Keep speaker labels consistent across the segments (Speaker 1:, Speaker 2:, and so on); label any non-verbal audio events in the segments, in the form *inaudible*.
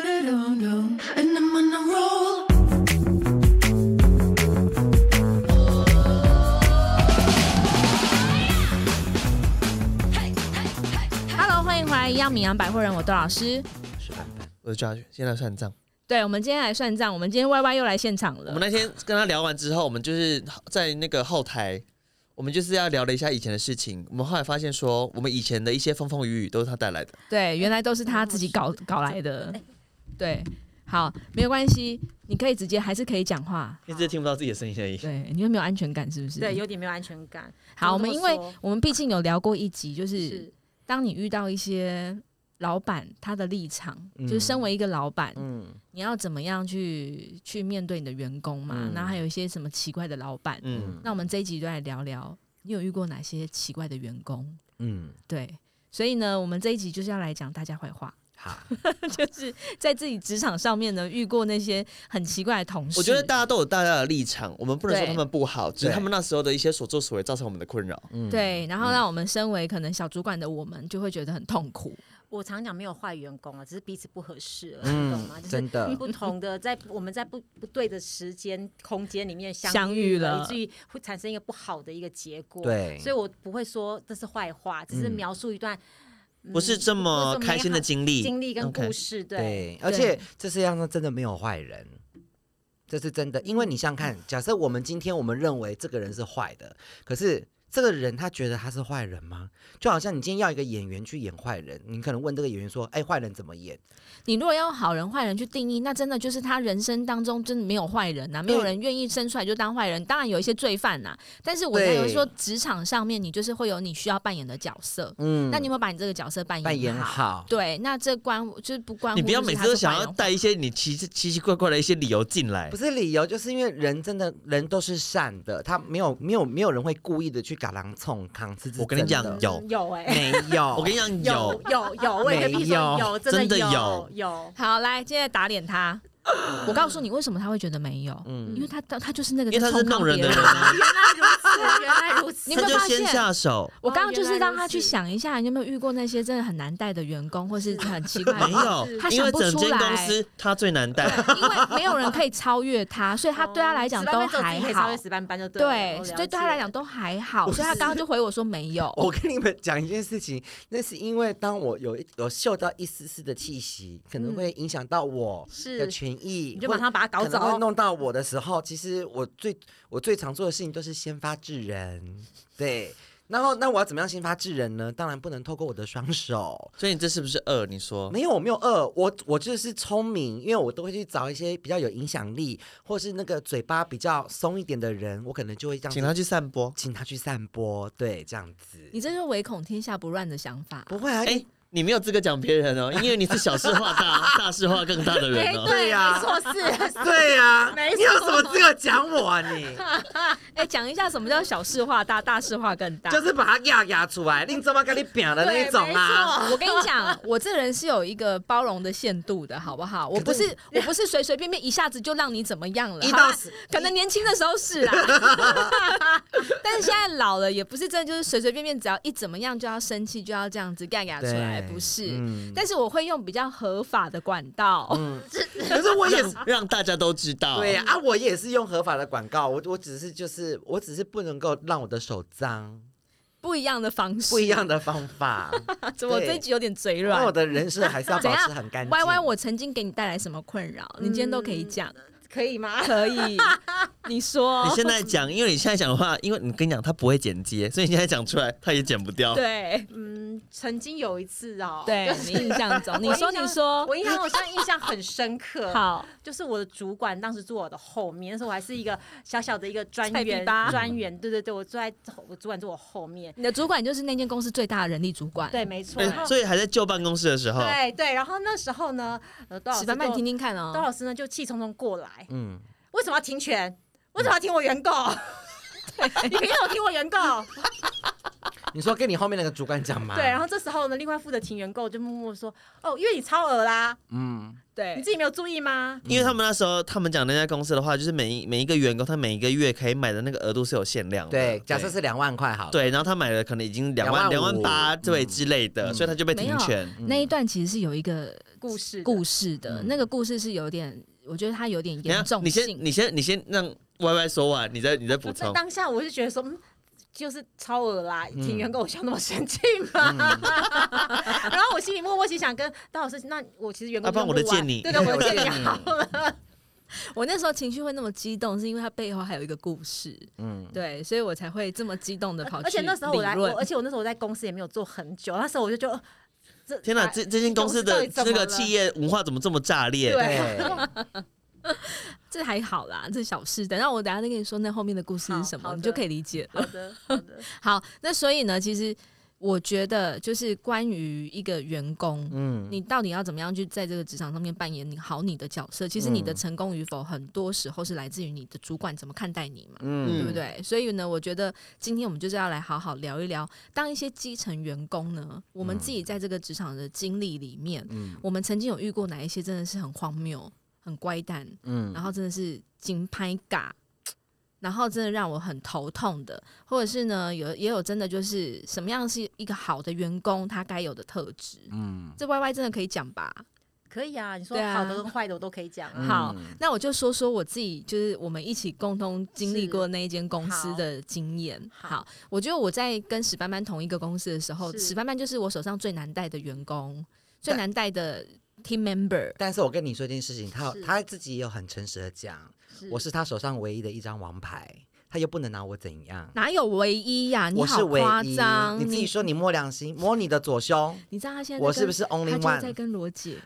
Speaker 1: And I'm on a roll.
Speaker 2: Hello，欢迎回来，一样米阳百货人，我杜老师。
Speaker 3: 是板板，我是 Josh，现在算账。
Speaker 2: 对，我们今天来算账，我们今天 Y Y 又来现场
Speaker 3: 我们
Speaker 2: 了。
Speaker 3: 那天跟他聊完之后，我们就是在那个后台，我们就是要聊了一下以前的事情。我们后来发现说，我们以前的一些风风雨雨都是他带来的。
Speaker 2: 对，原来都是他自己搞搞来的。对，好，没有关系，你可以直接还是可以讲话。
Speaker 3: 一直听不到自己的声音而已。
Speaker 2: 对，你又没有安全感，是不是？
Speaker 4: 对，有点没有安全感。
Speaker 2: 好，我
Speaker 4: 怎么
Speaker 2: 们
Speaker 4: 这
Speaker 2: 因
Speaker 4: 么
Speaker 2: 为
Speaker 4: 说
Speaker 2: 我们毕竟有聊过一集，就是
Speaker 4: 是
Speaker 2: 当你遇到一些老板他的立场，
Speaker 3: 嗯
Speaker 2: 就是身为一个老板，
Speaker 3: 嗯
Speaker 2: 你要怎么样去去面对你的员工嘛？
Speaker 3: 嗯
Speaker 2: 然后还有一些什么奇怪的老板，
Speaker 3: 嗯
Speaker 2: 那我们这一集就来聊聊，你有遇过哪些奇怪的员工？
Speaker 3: 嗯，
Speaker 2: 对，所以呢，我们这一集就是要来讲大家坏话，
Speaker 3: 好，
Speaker 2: *laughs* 就是在自己职场上面呢，遇过那些很奇怪的同事。
Speaker 3: 我觉得大家都有大家的立场，我们不能说
Speaker 2: 对
Speaker 3: 他们不好，只是
Speaker 5: 对
Speaker 3: 他们那时候的一些所作所为造成我们的困扰。
Speaker 5: 嗯，
Speaker 2: 对，然后让我们身为可能小主管的我们，就会觉得很痛苦。
Speaker 4: 我常讲没有坏员工啊，只是彼此不合适了，你懂
Speaker 5: 嗯
Speaker 4: 吗？，就是
Speaker 5: 真的，
Speaker 4: 不同的，在我们在不不对的时间空间里面
Speaker 2: 相
Speaker 4: 相
Speaker 2: 遇了
Speaker 4: 以至于会产生一个不好的一个结果。，
Speaker 5: 对，
Speaker 4: 所以我不会说这是坏话，只是
Speaker 5: 嗯
Speaker 4: 描述一段嗯
Speaker 3: 不是这么开心的经
Speaker 4: 不
Speaker 3: 历，
Speaker 4: 是这么美好经历跟
Speaker 3: OK
Speaker 4: 故事。对，
Speaker 5: 对，而且这世界上真的没有坏人，这是真的。因为你想想看，假设我们今天我们认为这个人是坏的，可是这个人他觉得他是坏人吗？就好像你今天要一个演员去演坏人，你可能问这个演员说：“哎，坏人怎么演
Speaker 2: 你如果要好人坏人去定义，那真的就是他人生当中真的没有坏人啊呐、没有人愿意生出来就当坏人。当然有一些罪犯呐、但是我
Speaker 5: 对
Speaker 2: 认为说职场上面，你就是会有你需要扮演的角色？”。
Speaker 5: 嗯
Speaker 2: 那你有没有把你这个角色扮演
Speaker 5: 扮演
Speaker 2: 好？
Speaker 5: 好，
Speaker 2: 对，那这关乎就是不关乎
Speaker 3: 你不要
Speaker 2: 就是
Speaker 3: 每
Speaker 2: 他哦
Speaker 3: 次都
Speaker 2: 是坏
Speaker 3: 想要
Speaker 2: 人
Speaker 3: 带一些你奇奇奇怪怪的一些理由进来
Speaker 5: 不。是理由，就是因为人真的人都是善的，他没有没有没有人会故意的去嘎狼冲扛，这是
Speaker 3: 我跟你
Speaker 5: 真的
Speaker 3: 讲有
Speaker 4: 嗯有哎、
Speaker 5: 没有，
Speaker 3: 我跟你讲，有
Speaker 4: 有有有，我也可以
Speaker 5: 没
Speaker 4: 必须说
Speaker 5: 有
Speaker 4: 有，真
Speaker 3: 真的
Speaker 4: 有
Speaker 3: 有
Speaker 4: 有。
Speaker 2: 好，来，现在打脸他。我告诉你，为什么他会觉得没有？
Speaker 5: 嗯
Speaker 2: 因为他他他就是那个
Speaker 3: 因为他是
Speaker 2: 冲康
Speaker 3: 弄人
Speaker 2: 别
Speaker 3: 的人
Speaker 2: 人
Speaker 3: 啊，
Speaker 4: *laughs* 原来如此，原来如此
Speaker 2: 你有
Speaker 3: 他
Speaker 2: 没有
Speaker 3: 就
Speaker 2: 发
Speaker 3: 先
Speaker 2: 现
Speaker 3: 下手。
Speaker 2: *laughs* 我刚刚就是让
Speaker 4: 原来
Speaker 2: 他
Speaker 4: 如此
Speaker 2: 去想一下，你有没有遇过那些真的很难带的员工，或是很奇怪的
Speaker 3: 没有
Speaker 4: 是，
Speaker 2: 他
Speaker 3: 因
Speaker 2: 想
Speaker 3: 为
Speaker 2: 不
Speaker 3: 整
Speaker 2: 出
Speaker 3: 间
Speaker 2: 来
Speaker 3: 公司他最难带。
Speaker 2: 因为没有人可以超越
Speaker 3: *laughs*
Speaker 2: 他，所以他对他来讲
Speaker 4: 哦
Speaker 2: 都
Speaker 4: 十八
Speaker 2: 还
Speaker 4: 班只有自己可以超
Speaker 2: 好
Speaker 4: 越。十班班就对了，
Speaker 2: 对，
Speaker 4: 我了
Speaker 2: 所以对他来讲
Speaker 4: 解，
Speaker 2: 都还好，所以他刚刚就回我说没
Speaker 3: *laughs*
Speaker 2: 有。
Speaker 5: *laughs* 我跟你们讲一件事情，那是因为当我有一有嗅到一丝丝的气息，可能会影响到我
Speaker 4: 是
Speaker 5: 的权益，
Speaker 4: 你就
Speaker 5: 或
Speaker 4: 马上把他搞
Speaker 5: 可能会
Speaker 4: 走。哦
Speaker 5: 弄到我的时候，其实我最我最常做的事情都是先发制人，对。然后，那我要怎么样先发制人呢？当然不能透过我的双手，
Speaker 3: 所以你这是不是二？你说
Speaker 5: 没有，我没有饿，我我就是聪明，因为我都会去找一些比较有影响力，或是那个嘴巴比较松一点的人，我可能就会这样
Speaker 3: 请
Speaker 5: 子
Speaker 3: 他去散播。
Speaker 5: 请他去散播，对，这样子。
Speaker 2: 你这就是唯恐天下不乱的想法。
Speaker 5: 不会啊，
Speaker 3: 哎、你没有资格讲别人
Speaker 5: *laughs*
Speaker 3: 哦，因为你是小事化大，大事化更大的人哦。
Speaker 5: 对呀
Speaker 2: 哎
Speaker 4: 没错是。
Speaker 5: 对呀、
Speaker 4: 没
Speaker 5: 你有什么资格讲我啊你？
Speaker 2: *laughs* 哎，讲一下什么叫小事化大，大事化更大。
Speaker 5: 就是把它压压出来，另怎么跟你扁的那一种啊？
Speaker 2: *laughs* 我跟你讲，我这人是有一个包容的限度的，好不好？我不
Speaker 5: 可是
Speaker 2: 是我不是随随便便一下子就让你怎么样了，
Speaker 5: 一
Speaker 2: 好吧
Speaker 5: 到十
Speaker 2: 可能年轻的时候是啦， *laughs* 但是现在老了也不是真的，就是随随便便只要一怎么样就要生气，就要这样子干牙出来，
Speaker 5: 对
Speaker 2: 不是？
Speaker 5: 嗯
Speaker 2: 但是我会用比较合法的管道，
Speaker 5: 可是我也
Speaker 2: *laughs*
Speaker 5: 是。
Speaker 3: 让让大家都知道，
Speaker 5: 对呀、啊，我也是用合法的广告，我我只是就是我只是不能够让我的手脏，
Speaker 2: 不一样的方式，
Speaker 5: 不一样的方法，
Speaker 2: 怎么 *laughs* 我这一集有点嘴
Speaker 5: 那我
Speaker 2: 软？
Speaker 5: 的人设还是要
Speaker 2: 怎
Speaker 5: 保
Speaker 2: 样
Speaker 5: 持很干净。
Speaker 2: 歪歪，我曾经给你带来什么困扰？你今天都可以讲，
Speaker 5: 嗯
Speaker 4: 可以吗？
Speaker 2: 可以，你说
Speaker 5: *laughs*
Speaker 3: 你。现在讲，因为你现在讲的话，因为你跟你讲他不会剪接，所以你现在讲出来他也剪不掉。
Speaker 2: 对，
Speaker 4: 嗯，曾经有一次哦，
Speaker 2: 对
Speaker 4: 就是
Speaker 2: 你印象
Speaker 4: *laughs*
Speaker 2: 中，你
Speaker 4: 我
Speaker 2: 说
Speaker 4: 印象
Speaker 2: 你说
Speaker 4: 我印象我现在印象很深刻，
Speaker 2: 好，
Speaker 4: 就是我的主管当时坐我的后面，那时候我还是一个小小的一个专
Speaker 2: 菜逼
Speaker 4: 员，
Speaker 2: 吧
Speaker 4: 专员，对对对，我坐在我主管坐我后面，
Speaker 2: 你的主管就是那间公司最大的人力主管。
Speaker 4: 对，，没错，
Speaker 3: 哎
Speaker 4: 然后
Speaker 3: 所以还在旧办公室的时候，
Speaker 4: 对对，然后那时候呢，呃，多老
Speaker 2: 史
Speaker 4: 师
Speaker 2: 班曼，你
Speaker 4: 就
Speaker 2: 听听看
Speaker 4: 窦
Speaker 2: 哦。
Speaker 4: 老师呢就气冲冲过来，
Speaker 5: 嗯，
Speaker 4: 为什么要停权？为什么要停我原告？你凭什么停我原告？
Speaker 5: 你说跟你后面那个主管讲吗？
Speaker 4: 对，然后这时候呢，另外负责请员购就默默说：“哦，因为你超额啦，
Speaker 5: 嗯，
Speaker 4: 你
Speaker 2: 对，
Speaker 4: 自己没有注意吗？
Speaker 3: 因为他们那时候，他们讲那家公司的话，就是每一每一个员工，他每一个月可以买的那个额度是有限量的。
Speaker 5: 对，假设是两万块好了，，
Speaker 3: 对，然后他买了可能已经两
Speaker 5: 两万
Speaker 3: 万
Speaker 5: 五
Speaker 3: 两万八对之类的，
Speaker 5: 嗯
Speaker 3: 所以他就被停权。
Speaker 2: 那一段其实是有一个
Speaker 4: 故事的
Speaker 2: 故事的，
Speaker 5: 嗯
Speaker 2: 那个故事是有点，我觉得它有点
Speaker 3: 等一
Speaker 2: 严
Speaker 3: 下
Speaker 2: 重
Speaker 3: 你先
Speaker 2: 性。
Speaker 3: 你先你先让 Y Y 说完，你再你再补
Speaker 4: 在
Speaker 3: 充。
Speaker 4: 当下我是觉得说，嗯，就是超额啦，
Speaker 5: 嗯
Speaker 4: 请员工我需要那么生气吗？
Speaker 3: 嗯
Speaker 4: *laughs* 然后我心里默默其实想跟大老师，那我其实员工
Speaker 3: 啊不然
Speaker 4: 用
Speaker 3: 我的
Speaker 4: 不完
Speaker 3: 借你
Speaker 4: 对对，我的借
Speaker 3: *laughs*
Speaker 5: 我的借
Speaker 4: 你
Speaker 5: 你
Speaker 4: 好了。
Speaker 2: 我那时候情绪会那么激动，是因为它背后还有一个故事，
Speaker 5: 嗯，
Speaker 2: 对，所以我才会这么激动的跑去
Speaker 4: 而且那时候我来，
Speaker 2: 理
Speaker 4: 我
Speaker 2: 论
Speaker 4: 而且我那时候我在公司也没有做很久，那时候我就就呃这
Speaker 3: 天哪，
Speaker 4: 啊
Speaker 3: 这这间公
Speaker 4: 公
Speaker 3: 司
Speaker 4: 司
Speaker 3: 的
Speaker 4: 到底怎
Speaker 3: 这
Speaker 4: 么
Speaker 3: 个
Speaker 4: 了
Speaker 3: 企业文化怎么这么炸裂？
Speaker 4: 对
Speaker 5: 对，
Speaker 2: 这还好啦，这小事。等到我等一下再跟你说那后面的故事是什么，
Speaker 4: 好好的
Speaker 2: 你就可以理解了。
Speaker 4: 好的好的，
Speaker 2: 好，那所以呢，其实我觉得就是关于一个员工。
Speaker 5: 嗯，
Speaker 2: *laughs* 你到底要怎么样去在这个职场上面扮演你好你的角色？其实你的
Speaker 5: 嗯
Speaker 2: 成功与否，很多时候是来自于你的主管怎么看待你嘛。
Speaker 5: 嗯
Speaker 2: 对不？对？所以呢，我觉得今天我们就是要来好好聊一聊，当一些基层员工呢，我们自己在这个职场的经历里面，
Speaker 5: 嗯
Speaker 2: 我们曾经有遇过哪一些真的是很荒谬、很乖蛋，
Speaker 5: 嗯
Speaker 2: 然后真的是紧拍嘎，然后真的让我很头痛的，或者是呢，有也有真的就是什么样是一个好的员工他该有的特质。
Speaker 5: 嗯，
Speaker 2: 这 Y Y 真的可以讲吧？
Speaker 4: 可以啊，你说
Speaker 2: 对啊
Speaker 4: 好的跟坏的我都可以讲啊。
Speaker 2: 好
Speaker 5: 嗯
Speaker 2: 那我就说说我自己，就是我们一起共同经历
Speaker 4: 是
Speaker 2: 过那一间公司
Speaker 4: 好
Speaker 2: 的经验。
Speaker 4: 好
Speaker 2: 好，我觉得我在跟史班班同一个公司的时候，
Speaker 4: 是
Speaker 2: 史班班就是我手上最难带的员工，最
Speaker 5: 但
Speaker 2: 难带的 team member。
Speaker 5: 但是我跟你说一件事情，他
Speaker 4: 是
Speaker 5: 他自己也有很诚实的讲，我是他手上唯一的一张王牌，他又不能拿我怎样。
Speaker 2: 哪有唯一呀、你
Speaker 5: 我是
Speaker 2: 好
Speaker 5: 唯
Speaker 2: 夸
Speaker 5: 一，
Speaker 2: 张！
Speaker 5: 你自己，说你摸良心，摸你的左胸，
Speaker 2: 你知道他现在在
Speaker 5: 我是
Speaker 2: 跟
Speaker 5: 不是 only
Speaker 2: 他就在
Speaker 5: one？
Speaker 2: 跟罗姐，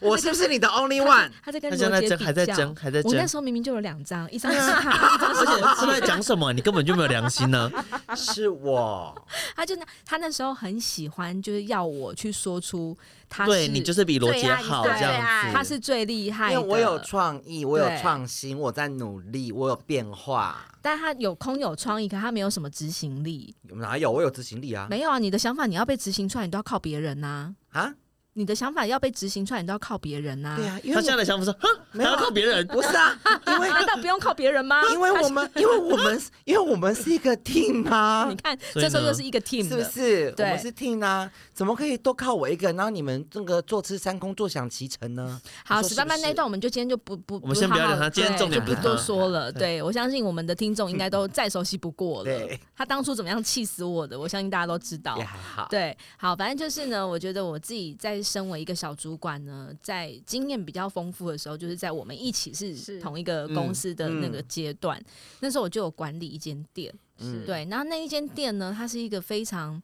Speaker 5: 我是不是
Speaker 2: *laughs*
Speaker 5: 你的 only
Speaker 2: 他
Speaker 5: one？
Speaker 2: 在他在跟
Speaker 3: 他现
Speaker 2: 罗
Speaker 3: 在
Speaker 2: 姐
Speaker 3: 争，
Speaker 2: 比
Speaker 3: 还在
Speaker 2: 较
Speaker 3: 争，还在
Speaker 2: 我那
Speaker 3: 争。
Speaker 2: 时候明明就有两张，
Speaker 5: *laughs*
Speaker 2: 一张是他，一 *laughs* 张
Speaker 3: 而且他在讲什么？你根本就没有良心呢。
Speaker 5: 是我，
Speaker 2: 他就那他那时候很喜欢，就是要我去说出 *laughs* 他
Speaker 3: 对你就是比罗
Speaker 4: 最
Speaker 3: 杰
Speaker 4: 爱你
Speaker 3: 好这
Speaker 4: 最
Speaker 3: 样子。
Speaker 4: 爱
Speaker 2: 他是最厉 *laughs*
Speaker 5: 因
Speaker 2: 害
Speaker 5: 为
Speaker 2: 的，
Speaker 5: 我有创意，我有
Speaker 2: 对
Speaker 5: 创新，我在努力，我有变化，
Speaker 2: 但他有空有创意，可他没有什么执行力。
Speaker 5: 哪有我有执行力啊？
Speaker 2: 没有啊，你的想法你要被执行出来，你都要靠别人呐、
Speaker 5: 啊，
Speaker 2: 你的想法要被执行出来，你都要靠别人呐、
Speaker 5: 对啊，因
Speaker 3: 他
Speaker 5: 为
Speaker 3: 现在
Speaker 5: 我
Speaker 3: 的想法是，哼，还
Speaker 5: 没有
Speaker 3: 要
Speaker 5: 啊
Speaker 3: 靠别人。
Speaker 5: 不是啊，因
Speaker 2: *laughs*
Speaker 5: 为
Speaker 2: 难道不用靠别人吗？
Speaker 5: 因为我们因为我们因为我们是一个 team 啊
Speaker 2: 你，看，
Speaker 3: 以呢
Speaker 2: 这时候又是一个 team
Speaker 5: 是不
Speaker 2: 了。
Speaker 5: 是？我
Speaker 2: 对
Speaker 5: 们是 team 啊，怎么可以都靠我一个人？然后你们这个坐吃山空，坐享其成呢？
Speaker 2: 好，
Speaker 5: 你说
Speaker 2: 史班班
Speaker 5: 是不
Speaker 2: 那
Speaker 5: 是
Speaker 2: 一段我们就今天就不不，
Speaker 3: 我们先不要
Speaker 2: 好好
Speaker 3: 聊他今天
Speaker 2: 对
Speaker 3: 重点
Speaker 2: 就
Speaker 5: 不
Speaker 2: 不
Speaker 5: 是
Speaker 2: 多
Speaker 5: 他
Speaker 2: 说了。
Speaker 3: 对
Speaker 2: 对我相信我们的听众应该都再熟悉不过了
Speaker 5: 对。
Speaker 2: 他当初怎么样气死我的，我相信大家都知道
Speaker 5: 也。还好，
Speaker 2: 对，好，反正就是呢，我觉得我自己在身为一个小主管呢，在经验比较丰富的时候，就是在我们一起是
Speaker 4: 是
Speaker 2: 同一个公司的那
Speaker 5: 嗯
Speaker 2: 个阶段，
Speaker 3: 嗯
Speaker 2: 那时候我就有管理一间店，
Speaker 5: 嗯
Speaker 2: 对，然后那一间店呢，它是一个非常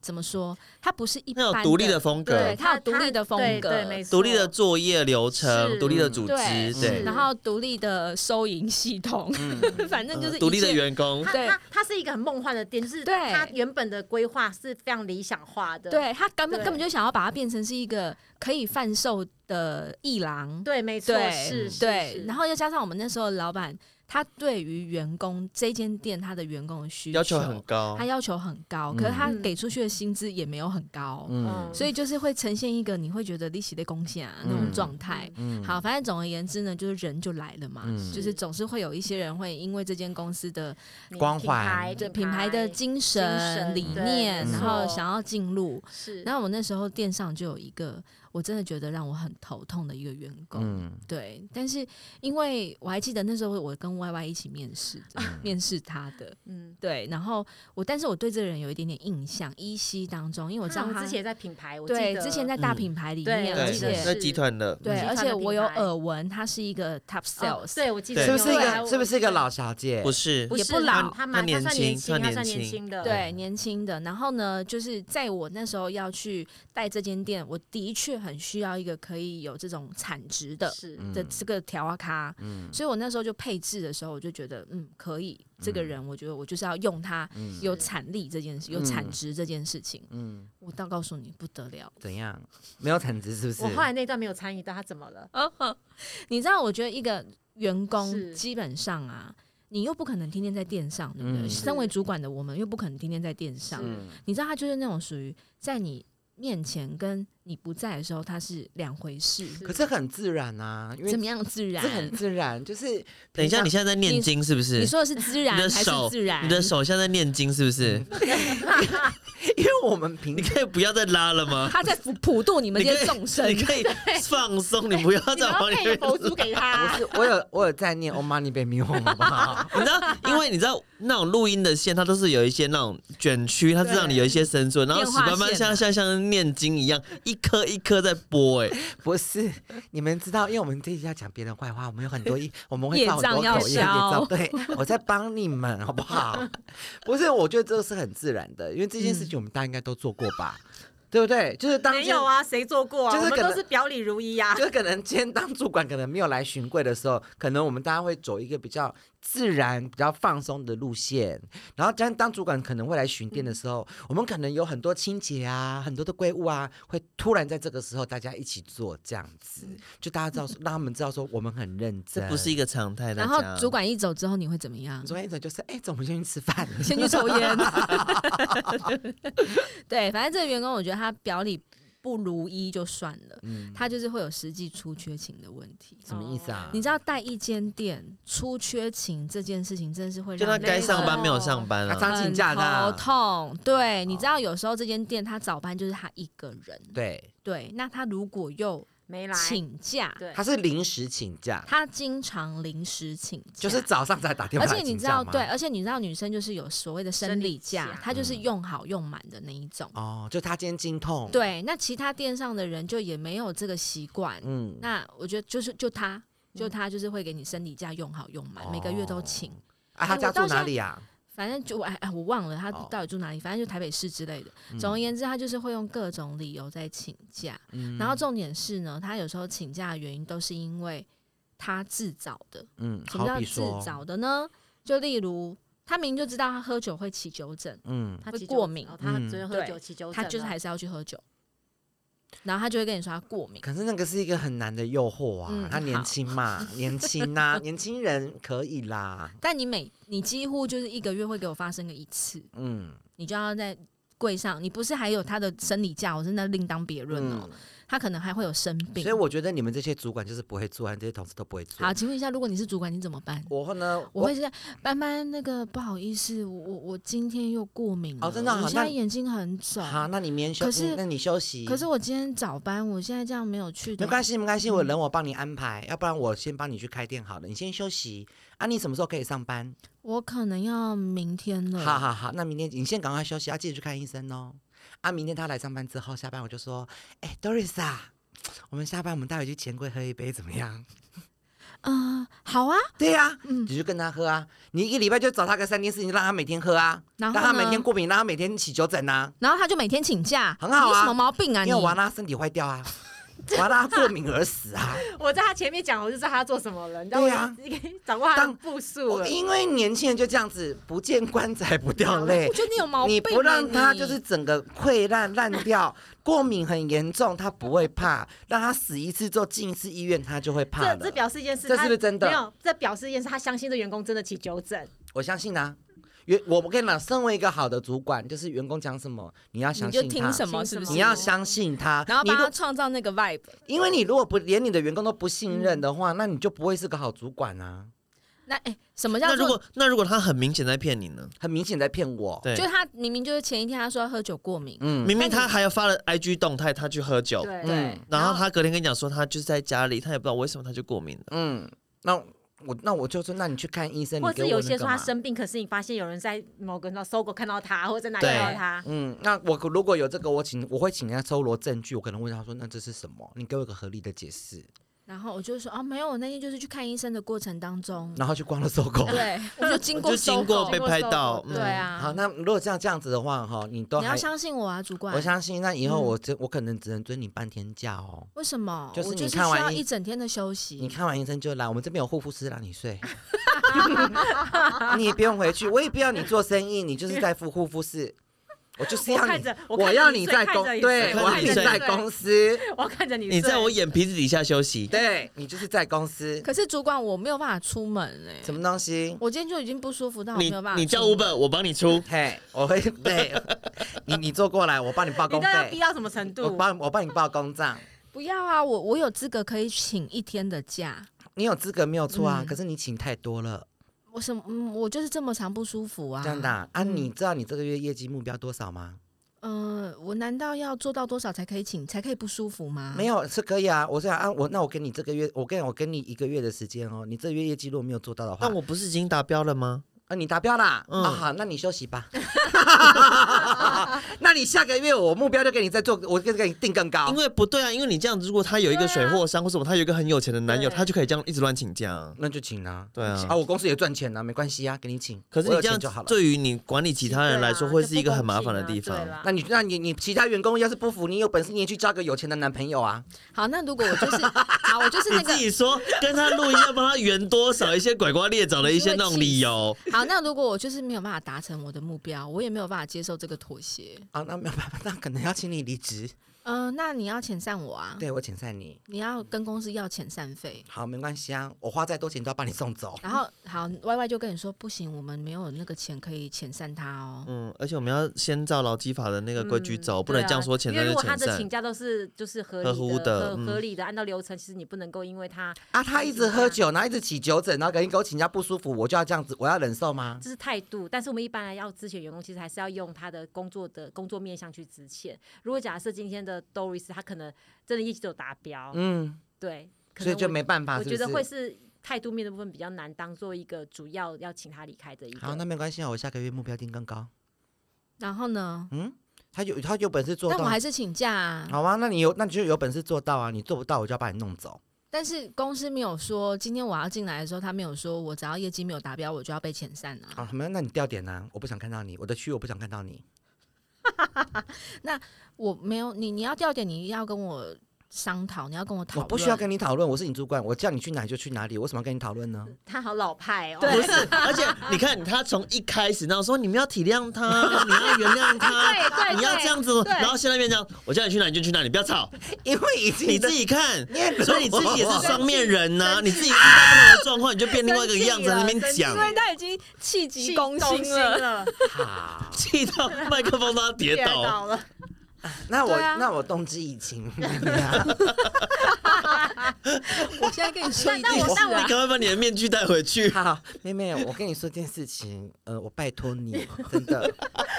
Speaker 2: 怎么说，它不是一
Speaker 3: 他
Speaker 2: 般
Speaker 3: 有独立
Speaker 2: 的
Speaker 3: 的风格
Speaker 2: 对，他有独立的风
Speaker 4: 对
Speaker 2: 格
Speaker 4: 对，没错，
Speaker 3: 独立的作业流程，
Speaker 4: 是
Speaker 3: 独立的组织，
Speaker 2: 对
Speaker 3: 对
Speaker 5: 是，
Speaker 2: 然后独立的收银系统，
Speaker 5: 嗯
Speaker 2: 反正就是
Speaker 3: 嗯独立
Speaker 2: 一
Speaker 3: 的
Speaker 2: 切
Speaker 3: 员工。
Speaker 4: 它
Speaker 2: 对
Speaker 4: 它它是一个很梦幻的店，就是
Speaker 2: 对
Speaker 4: 它原本的规划是非常理想化的。
Speaker 2: 对他根本
Speaker 4: 对
Speaker 2: 根本就想要把它变成是一个可以贩售的艺廊，
Speaker 4: 对，没错，
Speaker 2: 对
Speaker 4: 是
Speaker 3: 嗯
Speaker 4: 是
Speaker 2: 对
Speaker 4: 是，
Speaker 2: 然后又加上我们那时候的老板，他对于员工这间店他的员工的需
Speaker 3: 要求很高
Speaker 2: 他，要求很高，可是他
Speaker 4: 嗯
Speaker 2: 给出去的薪资也没有很高， *laughs*
Speaker 5: 嗯
Speaker 2: 所以就是会呈现一个你会觉得利息的贡献啊那种
Speaker 5: 嗯
Speaker 2: 状态。
Speaker 5: 嗯
Speaker 2: 好，反正总而言之呢，就是人就来了嘛，
Speaker 5: 嗯
Speaker 2: 就是总是会有一些人会因为这间公司的
Speaker 4: 你
Speaker 5: 光
Speaker 4: 品
Speaker 5: 环
Speaker 4: 牌
Speaker 2: 对品牌的精神
Speaker 4: 神
Speaker 2: 理
Speaker 4: 对
Speaker 2: 念，
Speaker 3: 嗯
Speaker 5: 没
Speaker 2: 然后
Speaker 4: 错
Speaker 2: 想要进入。
Speaker 4: 是，
Speaker 2: 然后我那时候店上就有一个，我真的觉得让我很头痛的一个员工，
Speaker 5: 嗯
Speaker 2: 对，但是因为我还记得那时候我跟 Y Y 一起面试的，
Speaker 3: 嗯
Speaker 2: *laughs* 面试他的，
Speaker 4: 嗯，
Speaker 2: 对，然后我但是我对这个人有一点点印象，依稀当中，因为我
Speaker 4: 我
Speaker 2: 知道他
Speaker 4: 啊之前也在品牌，我记
Speaker 2: 对
Speaker 4: 得
Speaker 2: 之前在大
Speaker 3: 嗯
Speaker 2: 品牌里
Speaker 4: 对
Speaker 2: 面，
Speaker 3: 对
Speaker 2: 而
Speaker 4: 我记得
Speaker 2: 且
Speaker 3: 那集团的，
Speaker 2: 对，
Speaker 4: 集
Speaker 2: 而
Speaker 4: 团
Speaker 2: 且
Speaker 4: 的
Speaker 2: 我
Speaker 4: 品
Speaker 2: 有
Speaker 4: 牌
Speaker 2: 耳闻他是一个 top
Speaker 4: 哦
Speaker 2: sales，、
Speaker 4: 对，我记得
Speaker 3: 对
Speaker 5: 是不是一
Speaker 4: 对还
Speaker 5: 个
Speaker 4: 有
Speaker 5: 是不是一个老小姐？
Speaker 3: 不是
Speaker 2: 不，
Speaker 4: 不
Speaker 2: 也
Speaker 4: 是
Speaker 2: 老
Speaker 4: 他
Speaker 3: 他
Speaker 4: 蛮他算
Speaker 3: 年轻
Speaker 4: 年轻，
Speaker 3: 他
Speaker 4: 他算
Speaker 3: 年
Speaker 4: 年
Speaker 3: 轻
Speaker 4: 轻的，
Speaker 2: 对，年轻的。然后呢，就是在我那时候要去带这间店，我的确很需要一个可以有这种产值的
Speaker 4: 是
Speaker 5: 嗯
Speaker 2: 的这个调啊咖。
Speaker 5: 嗯
Speaker 2: 所以我那时候就配置的时候，我就觉得，嗯，可以，这个人，我觉得我就是要用他
Speaker 5: 嗯
Speaker 2: 有产力这件事，有产
Speaker 5: 嗯
Speaker 2: 值这件事情。
Speaker 5: 嗯，
Speaker 2: 我倒告诉你，不得了。
Speaker 5: 怎样？没有产值是不是？
Speaker 4: 我后来那段没有
Speaker 2: *laughs* 哎
Speaker 4: 参与到，他怎么了？
Speaker 2: 你知道，我觉得一个员工
Speaker 4: 是
Speaker 2: 基本上啊，你又不可能天天在店上，对不对？
Speaker 5: 嗯
Speaker 2: 身为主管的我们又不可能天天在店上，
Speaker 4: 是
Speaker 5: 嗯，
Speaker 2: 你知道他就是那种属于在你面前跟你不在的时候，他是两回事。
Speaker 5: 可是很自然啊，因为
Speaker 2: 怎么样自
Speaker 5: 这很
Speaker 2: 然？
Speaker 5: 自然，就是
Speaker 3: 等一下，你现在在念经是不是？
Speaker 2: 你说的是自然
Speaker 3: 你的
Speaker 2: 还是
Speaker 3: 手
Speaker 2: 自然？
Speaker 3: 你的手现在在念经是不是？
Speaker 2: 嗯
Speaker 5: 因为我们
Speaker 3: *laughs*
Speaker 5: 平
Speaker 2: *laughs*
Speaker 3: 你可以不要再拉了吗？
Speaker 2: 他在普普度你们
Speaker 3: 你
Speaker 2: 这
Speaker 3: 可
Speaker 2: 些
Speaker 3: 以
Speaker 2: 众生
Speaker 3: 你。可以放松，你不要
Speaker 4: 你
Speaker 3: 再
Speaker 4: 要
Speaker 3: 往里
Speaker 4: 配
Speaker 3: 面
Speaker 4: 个佛珠给
Speaker 5: 我
Speaker 4: 他，
Speaker 5: 是我有我有在念 Oh Money Baby 好不好？
Speaker 3: 你知道，因为你知道那种录音的线，它都是有一些那种卷曲，它是让你有一些伸缩，然后
Speaker 2: 电
Speaker 3: 史
Speaker 2: 话
Speaker 3: 斑斑
Speaker 2: 线啊
Speaker 3: 像像像念经一样，一颗一颗在播、哎，
Speaker 5: *laughs* 不是，你们知道，因为我们这一集要讲别人坏话，我们
Speaker 2: *laughs*
Speaker 5: 有很多一，我们会
Speaker 2: 业
Speaker 5: 放很多
Speaker 2: 障要
Speaker 5: 口业业障
Speaker 2: 消。
Speaker 5: 对，我在帮你们，好
Speaker 2: *laughs*
Speaker 5: 不好？不是，我觉得这个是很自然的，因为这件事情我们大家应该都做过吧，对不对？就是当
Speaker 4: 没
Speaker 5: 今
Speaker 4: 有啊，谁做过啊？
Speaker 5: 就是
Speaker 4: 我们
Speaker 5: 可
Speaker 4: 都
Speaker 5: 能
Speaker 4: 是表里如一啊。
Speaker 5: *laughs* 就可能今天当主管可能没有来巡柜的时候，可能我们大家会走一个比较自然、比较放松的路线。然后，当当主管可能会来巡店的时候，
Speaker 2: 嗯
Speaker 5: 我们可能有很多清洁啊、很多的柜务啊，会突然在这个时候大家一起做这样子，
Speaker 2: 嗯
Speaker 5: 就大家知道说，让他们知道说我们很认
Speaker 3: 这
Speaker 5: 真。
Speaker 3: 不是一个常态。
Speaker 2: 然
Speaker 3: 大
Speaker 2: 后
Speaker 3: 家
Speaker 2: 主管一走之后，你会怎么样
Speaker 5: 你？昨天一走就是，哎、走，我们先去吃饭。
Speaker 2: *laughs* 先去抽
Speaker 3: *laughs*
Speaker 2: 烟。对，反正这个员工，我觉得他表里不如一就算了，
Speaker 5: 嗯，
Speaker 2: 他就是会有实际出缺勤的问题。
Speaker 5: 什么意思啊？
Speaker 2: 哦你知道带一间店出缺勤这件事情，真的是会
Speaker 3: 就
Speaker 2: 让
Speaker 3: 他
Speaker 2: 人
Speaker 3: 该上班没有上班
Speaker 5: 他
Speaker 3: 啊，哦
Speaker 5: 当请假的啊
Speaker 2: 很头痛。对，你知道有时候这间店他早班就是他一个人，
Speaker 5: 对，
Speaker 2: 对，那他如果又
Speaker 4: 没来，
Speaker 2: 请啊假，
Speaker 4: 对，
Speaker 5: 他是临时请假，
Speaker 2: 他经常临时请假，
Speaker 5: 就是早上才打电话
Speaker 2: 而
Speaker 5: 来
Speaker 2: 且你
Speaker 5: 请
Speaker 2: 知
Speaker 5: 假
Speaker 2: 道，
Speaker 5: 吗
Speaker 2: 对，而且你知道女生就是有所谓的生
Speaker 4: 生
Speaker 2: 理
Speaker 4: 理
Speaker 2: 假
Speaker 4: 假，
Speaker 2: 她就是
Speaker 5: 嗯
Speaker 2: 用好用满的那一种。
Speaker 5: 哦，就他今天经痛。，
Speaker 2: 对，那其他店上的人就也没有这个习惯。
Speaker 5: 嗯
Speaker 2: 那我觉得就是就她，
Speaker 4: 嗯
Speaker 2: 就她就是会给你生理假用好用满，每个月都请
Speaker 5: 哦。啊，他
Speaker 2: 哎
Speaker 5: 家
Speaker 2: 我到
Speaker 5: 住
Speaker 2: 现
Speaker 5: 哪
Speaker 2: 在
Speaker 5: 里啊？
Speaker 2: 反正就哎哎，我忘了她
Speaker 5: 哦
Speaker 2: 到底住哪里，反正就台北市之类的。总而言之，她就是会用各种理由在请假。
Speaker 5: 嗯
Speaker 2: 然后重点是呢，她有时候请假的原因都是因为她自找的。
Speaker 5: 嗯，
Speaker 2: 什么
Speaker 5: 好
Speaker 2: 叫
Speaker 5: 比
Speaker 2: 自
Speaker 5: 说，
Speaker 2: 找的呢？就例如，他明明就知道他喝酒会起酒疹，
Speaker 5: 嗯，
Speaker 4: 他
Speaker 2: 会
Speaker 4: 起
Speaker 2: 过
Speaker 4: 酒
Speaker 2: 敏
Speaker 4: 哦他
Speaker 5: 嗯
Speaker 4: 昨天喝
Speaker 2: 对
Speaker 4: 酒起酒疹
Speaker 2: 他
Speaker 4: 了，
Speaker 2: 就是还是要去喝酒，然后他就会跟你说他过敏。
Speaker 5: 可是那个是一个很难的诱惑啊，
Speaker 2: 嗯
Speaker 5: 他年
Speaker 2: 好
Speaker 5: 轻嘛，年轻呐、年轻人可以啦，
Speaker 2: 但你每你几乎就是一个月会给我发生个一次，
Speaker 5: 嗯，
Speaker 2: 你就要在柜上。你不是还有他的生理假，我真的另当别论哦。他可能还会有生
Speaker 5: 嗯
Speaker 2: 病
Speaker 5: 所以。我觉得你们这些主管就是不会做案，这些同事都不会做。
Speaker 2: 好，请问一下，如果你是主管，你怎么办？
Speaker 5: 我后呢，
Speaker 2: 我会是班班那个不好意思，我我我今天又过敏了，
Speaker 5: 哦真的啊
Speaker 2: 我现
Speaker 5: 那
Speaker 2: 在眼睛很肿。
Speaker 5: 好，那你明天休，
Speaker 2: 可是
Speaker 5: 嗯那你休息。
Speaker 2: 可是我嗯今天早班，我现在这样没有去
Speaker 5: 没
Speaker 2: 的话，
Speaker 5: 关系，没关系，我人我帮你安排，要不然我先帮你去开店好了，你先休息啊。你什么时候可以上班？
Speaker 2: 我可能要明天了。
Speaker 5: 好好好，那明天你先赶快休息，要记得去看医生哦。啊，明天他来上班之后，下班我就说，哎、d o r i s 啊，我们下班我们待会去钱柜喝一杯怎么样？
Speaker 2: 嗯、好啊，
Speaker 5: 对呀、
Speaker 2: 嗯
Speaker 5: 你就跟他喝啊，你一个礼拜就找他个三天四天，让他每天喝啊，
Speaker 2: 然
Speaker 5: 让
Speaker 2: 后
Speaker 5: 他每
Speaker 2: 呢
Speaker 5: 天过敏，让他每天起酒疹啊，
Speaker 2: 然后他就每天请假，
Speaker 5: 很好啊
Speaker 2: 你有什么毛病啊
Speaker 5: 因
Speaker 2: 你？
Speaker 5: 为我要让他身体坏掉啊，我要让他过敏而死
Speaker 2: *laughs*
Speaker 5: 啊。
Speaker 4: 我在他前面讲，我就知道他做什么了，你知道
Speaker 5: 对
Speaker 4: 吗
Speaker 5: 啊？
Speaker 4: 你可以 *laughs* 掌握他的
Speaker 5: 当
Speaker 4: 步数了。
Speaker 5: 哦因为年轻人就这样子，不见棺材不掉泪
Speaker 2: 我。觉得你有毛病、
Speaker 5: 你
Speaker 2: 啊，
Speaker 5: 不让他
Speaker 2: 你
Speaker 5: 就是整个溃烂烂掉，过敏很严重，他不会怕。让他死一次之后进一次医院，他就会怕
Speaker 4: 这
Speaker 5: 了。
Speaker 4: 这表示一件事，
Speaker 5: 这
Speaker 4: 他
Speaker 5: 是不是真的
Speaker 4: 没有，这表示一件事，他相信这员工真的起酒疹。
Speaker 5: 我相信啊，员我我跟你讲，身为一个好的主管，就是员工讲什么，你要相
Speaker 2: 你
Speaker 5: 信
Speaker 2: 就
Speaker 5: 他，
Speaker 2: 听什么
Speaker 4: 听
Speaker 2: 是
Speaker 4: 什
Speaker 2: 不
Speaker 4: 么
Speaker 2: 是？
Speaker 5: 你要相信他。
Speaker 2: 然后
Speaker 5: 你
Speaker 2: 帮
Speaker 5: 如
Speaker 2: 他创造那个 vibe。
Speaker 5: 因为你如果不连你的员工都不信任的话，那你就不会是个好主管啊！
Speaker 2: 那哎、什么
Speaker 3: 那
Speaker 2: 叫
Speaker 3: 如
Speaker 2: 做？
Speaker 3: 果那如果他很明显在骗你呢？
Speaker 5: 很明显在骗我。
Speaker 3: 对
Speaker 2: 就，他明明就是前一天他说他喝酒过敏，
Speaker 5: 嗯，
Speaker 3: 明明他还有发了 IG 动态，他去喝酒，
Speaker 4: 对
Speaker 5: 对
Speaker 3: 然后他隔天跟你讲说他就是在家里，他也不知道为什么他就过敏了。
Speaker 5: 嗯，那我那我就说，那你去看医生，
Speaker 4: 或
Speaker 5: 你给
Speaker 4: 是
Speaker 5: 我
Speaker 4: 有
Speaker 5: 那
Speaker 4: 些
Speaker 5: 个
Speaker 4: 说他
Speaker 5: 嘛
Speaker 4: 生病，可是你发现有人在某个那搜狗看到他，或者在哪里
Speaker 3: 对
Speaker 4: 看到他，
Speaker 5: 嗯，那我如果有这个，我请我会请人家搜罗证据，我可能问他说，那这是什么？你给我一个合理的解释，
Speaker 2: 然后我就说哦，没有，我那天就是去看医生的过程当
Speaker 5: *laughs*
Speaker 2: 中，
Speaker 5: 然后去逛了
Speaker 2: *laughs*
Speaker 5: 搜狗。
Speaker 2: 对，我就经
Speaker 3: 我
Speaker 2: 过
Speaker 3: 就
Speaker 2: 搜
Speaker 3: 经
Speaker 2: 狗
Speaker 3: 过被拍到，
Speaker 2: 对
Speaker 3: 嗯，
Speaker 2: 啊，
Speaker 5: 好，那如果这样这样子的话，哈，你都
Speaker 2: 你要
Speaker 5: 还，
Speaker 2: 相信我啊，主管
Speaker 5: 我。相信那以后
Speaker 2: 嗯
Speaker 5: 我只我可能只能追你半天假哦。
Speaker 2: 为什么？
Speaker 5: 就是
Speaker 2: 我
Speaker 5: 你
Speaker 2: 就是需
Speaker 5: 看完
Speaker 2: 要
Speaker 5: 医
Speaker 2: 一整天的休
Speaker 5: 你
Speaker 2: 息。
Speaker 5: 看完医生就来，我们这边有护肤师让你睡，你也不用回去，我也不要你做生意，你就是在护护肤室。我就是要
Speaker 4: 我看
Speaker 5: 你
Speaker 4: 着，我看着
Speaker 5: 我要
Speaker 4: 你
Speaker 5: 你
Speaker 4: 睡
Speaker 5: 在
Speaker 4: 看
Speaker 5: 公
Speaker 4: 着，你
Speaker 5: 对，
Speaker 4: 睡
Speaker 5: 我要
Speaker 3: 看
Speaker 5: 你
Speaker 3: 着你
Speaker 5: 在
Speaker 4: 睡
Speaker 5: 公司，
Speaker 4: 我看着你睡，
Speaker 3: 你在我眼皮子底下休息，
Speaker 5: 对啊你就是在公司，
Speaker 2: 可是主管我没有办法出门哎、
Speaker 5: 什么东西？
Speaker 2: 我今天就已经不舒服到我没
Speaker 3: 你
Speaker 2: 有办法出门。
Speaker 3: 你叫 Uber，我帮你
Speaker 5: *laughs*
Speaker 3: 出。 *laughs*
Speaker 5: 嘿，我会对，你你坐过来，我帮你报
Speaker 4: 你
Speaker 5: 公
Speaker 4: 都要逼
Speaker 5: 费，
Speaker 4: 到什么程
Speaker 5: 我
Speaker 4: 度？
Speaker 5: 帮我帮你报公账，
Speaker 2: 不要啊！我我有资格可以请一天的假。
Speaker 5: 你有资格没有错啊，
Speaker 2: 嗯
Speaker 5: 可是你请太多了，
Speaker 2: 我什么？嗯，我就是这么常不舒服啊。
Speaker 5: 这样的啊，
Speaker 3: 嗯
Speaker 5: 啊你知道你这个月业绩目标多少吗？
Speaker 2: 嗯、我难道要做到多少才可以请，才可以不舒服
Speaker 3: 嗯
Speaker 2: 吗？
Speaker 5: 没有是可以啊，我是想啊，我那我给你这个月，我跟我给你一个月的时间哦，你这个月业绩如果没有做到的话
Speaker 3: 但，我不是已经达标了吗？
Speaker 5: 啊你达标啦，
Speaker 3: 嗯
Speaker 5: 啊好，那你休息
Speaker 3: *laughs*
Speaker 5: 吧， *laughs* 那你下个月我目标就给你再做，我就给你定更高
Speaker 3: 因，为不对啊，因为你这样子，如果他有一个
Speaker 4: 对啊
Speaker 3: 水货商或什么，他有一个很有钱的男友，
Speaker 4: 对
Speaker 3: 他就可以这样一直乱请假啊。
Speaker 5: 那就请啊，
Speaker 3: 对啊
Speaker 5: 啊我公司也赚钱啊，没关系啊，给你请，
Speaker 3: 可是
Speaker 5: 我
Speaker 3: 你
Speaker 5: 有
Speaker 3: 这
Speaker 5: 钱
Speaker 3: 样
Speaker 5: 就好了。
Speaker 3: 对于你管理其他人来说，
Speaker 4: 对啊
Speaker 3: 会是一个很麻烦的地方。
Speaker 4: 就不公平啊对啦
Speaker 5: 那你那你你其他员工要是不服，你有本事你也去交个有钱的男朋友啊！
Speaker 2: 好，那如果我就是
Speaker 5: *laughs*
Speaker 2: 好，我就是
Speaker 3: 你
Speaker 2: 那个
Speaker 3: 自己说，跟他录音要帮他圆多少一些拐瓜裂枣的一些那种理由，
Speaker 2: 好，那如果我就是没有办法达成我的目标，我也没有办法接受这个妥协。
Speaker 5: 啊，那没有办法， *laughs* 那可能要请你离职。
Speaker 2: 嗯、那你要遣散我啊，
Speaker 5: 对我遣散你，
Speaker 2: 你要跟公司要遣散费。
Speaker 5: 好，没关系啊，我花再多钱都要把你送走。
Speaker 4: 啊
Speaker 2: 然后好，Y Y 就跟你说不行，我们没有那个钱可以遣散他哦。
Speaker 3: 嗯，而且我们要先照劳基法的那个规矩走，
Speaker 4: 嗯
Speaker 3: 不能这样说遣
Speaker 4: 对啊
Speaker 3: 散
Speaker 4: 因为
Speaker 3: 就
Speaker 4: 如果他
Speaker 3: 遣
Speaker 4: 的
Speaker 3: 散
Speaker 4: 请。假都是就是合
Speaker 3: 合乎
Speaker 4: 理
Speaker 3: 的
Speaker 4: 合
Speaker 3: 嗯
Speaker 4: 合理的，按照流程，其实你不能够因为他
Speaker 5: 啊，他一直喝酒，然后一直起酒疹，然后赶紧给我请假不舒服，我就要这样子，我要忍受吗？
Speaker 4: 这是态度，但是我们一般来要支遣员工，其实还是要用他的工作的工作面向去支遣。如果假设今天的 Doris 他可能真的业绩都有达标，
Speaker 5: 嗯，
Speaker 4: 对，哦可
Speaker 5: 所以
Speaker 4: 能
Speaker 5: 就
Speaker 4: 我
Speaker 5: 没办法，
Speaker 4: 我
Speaker 5: 是
Speaker 4: 觉得
Speaker 5: 不
Speaker 4: 会
Speaker 5: 是？
Speaker 4: 是态度面的部分比较难当做一个主要要请他离开的一个。
Speaker 5: 好，那没关系啊，我下个月目标定更高。
Speaker 2: 然后呢？
Speaker 5: 他有他有本嗯事做
Speaker 2: 但
Speaker 5: 到
Speaker 2: 我，还是请假啊。
Speaker 5: 好啊，那你有那你就有本事做到啊，你做不到我就要把你弄走。
Speaker 2: 但是公司没有说，今天我要进来的时候，他没有说我只要业绩没有达标，我就要被遣散啊。
Speaker 5: 啊，没有，那你掉点啊，我不想看到你，我的区我不想看到你。
Speaker 2: 我没有你，你要调点，你要跟我商讨，你要跟我讨
Speaker 5: 我
Speaker 2: 论。
Speaker 5: 不需要跟你讨论，我是你主管，我叫你去哪里就去哪里，我为什么要跟你讨论呢？
Speaker 4: 他好老派哦，
Speaker 3: 不是，而且
Speaker 4: 啊
Speaker 3: 你看，他从一开始那样说，你们要体谅他，
Speaker 4: *laughs*
Speaker 3: 你要原谅
Speaker 4: 对对
Speaker 3: 他，
Speaker 4: 对
Speaker 3: 你要这样子，
Speaker 4: 对
Speaker 3: 然后现在变这样，我叫你去哪你就去哪，你不要
Speaker 4: *laughs*
Speaker 3: 吵，
Speaker 5: *laughs* 因为已 *laughs* 经
Speaker 3: 你自己看，所以你自己也是双面人呐、
Speaker 4: 生
Speaker 3: 你自己遇到不同的状况，你就变另外一个样子，在那边讲
Speaker 2: 因，
Speaker 4: 啊
Speaker 2: 为他已经气急
Speaker 4: 气
Speaker 2: 攻
Speaker 4: 攻
Speaker 2: 心了。
Speaker 4: 了，
Speaker 5: 好，
Speaker 3: 气到麦克风都要跌
Speaker 4: *laughs* 跌
Speaker 3: 倒。
Speaker 4: 倒了。
Speaker 5: *laughs* 那我、
Speaker 2: 对啊
Speaker 5: 那我动之以 *laughs* 情，
Speaker 2: *laughs* 我现在跟你说一
Speaker 4: 那
Speaker 2: 件
Speaker 4: 我
Speaker 2: 事
Speaker 4: 那
Speaker 3: 你
Speaker 2: 啊
Speaker 3: 赶，快把你的面具带回去。
Speaker 5: 好，妹妹，我跟你说件事情，呃，我拜托 *laughs* 你，真的，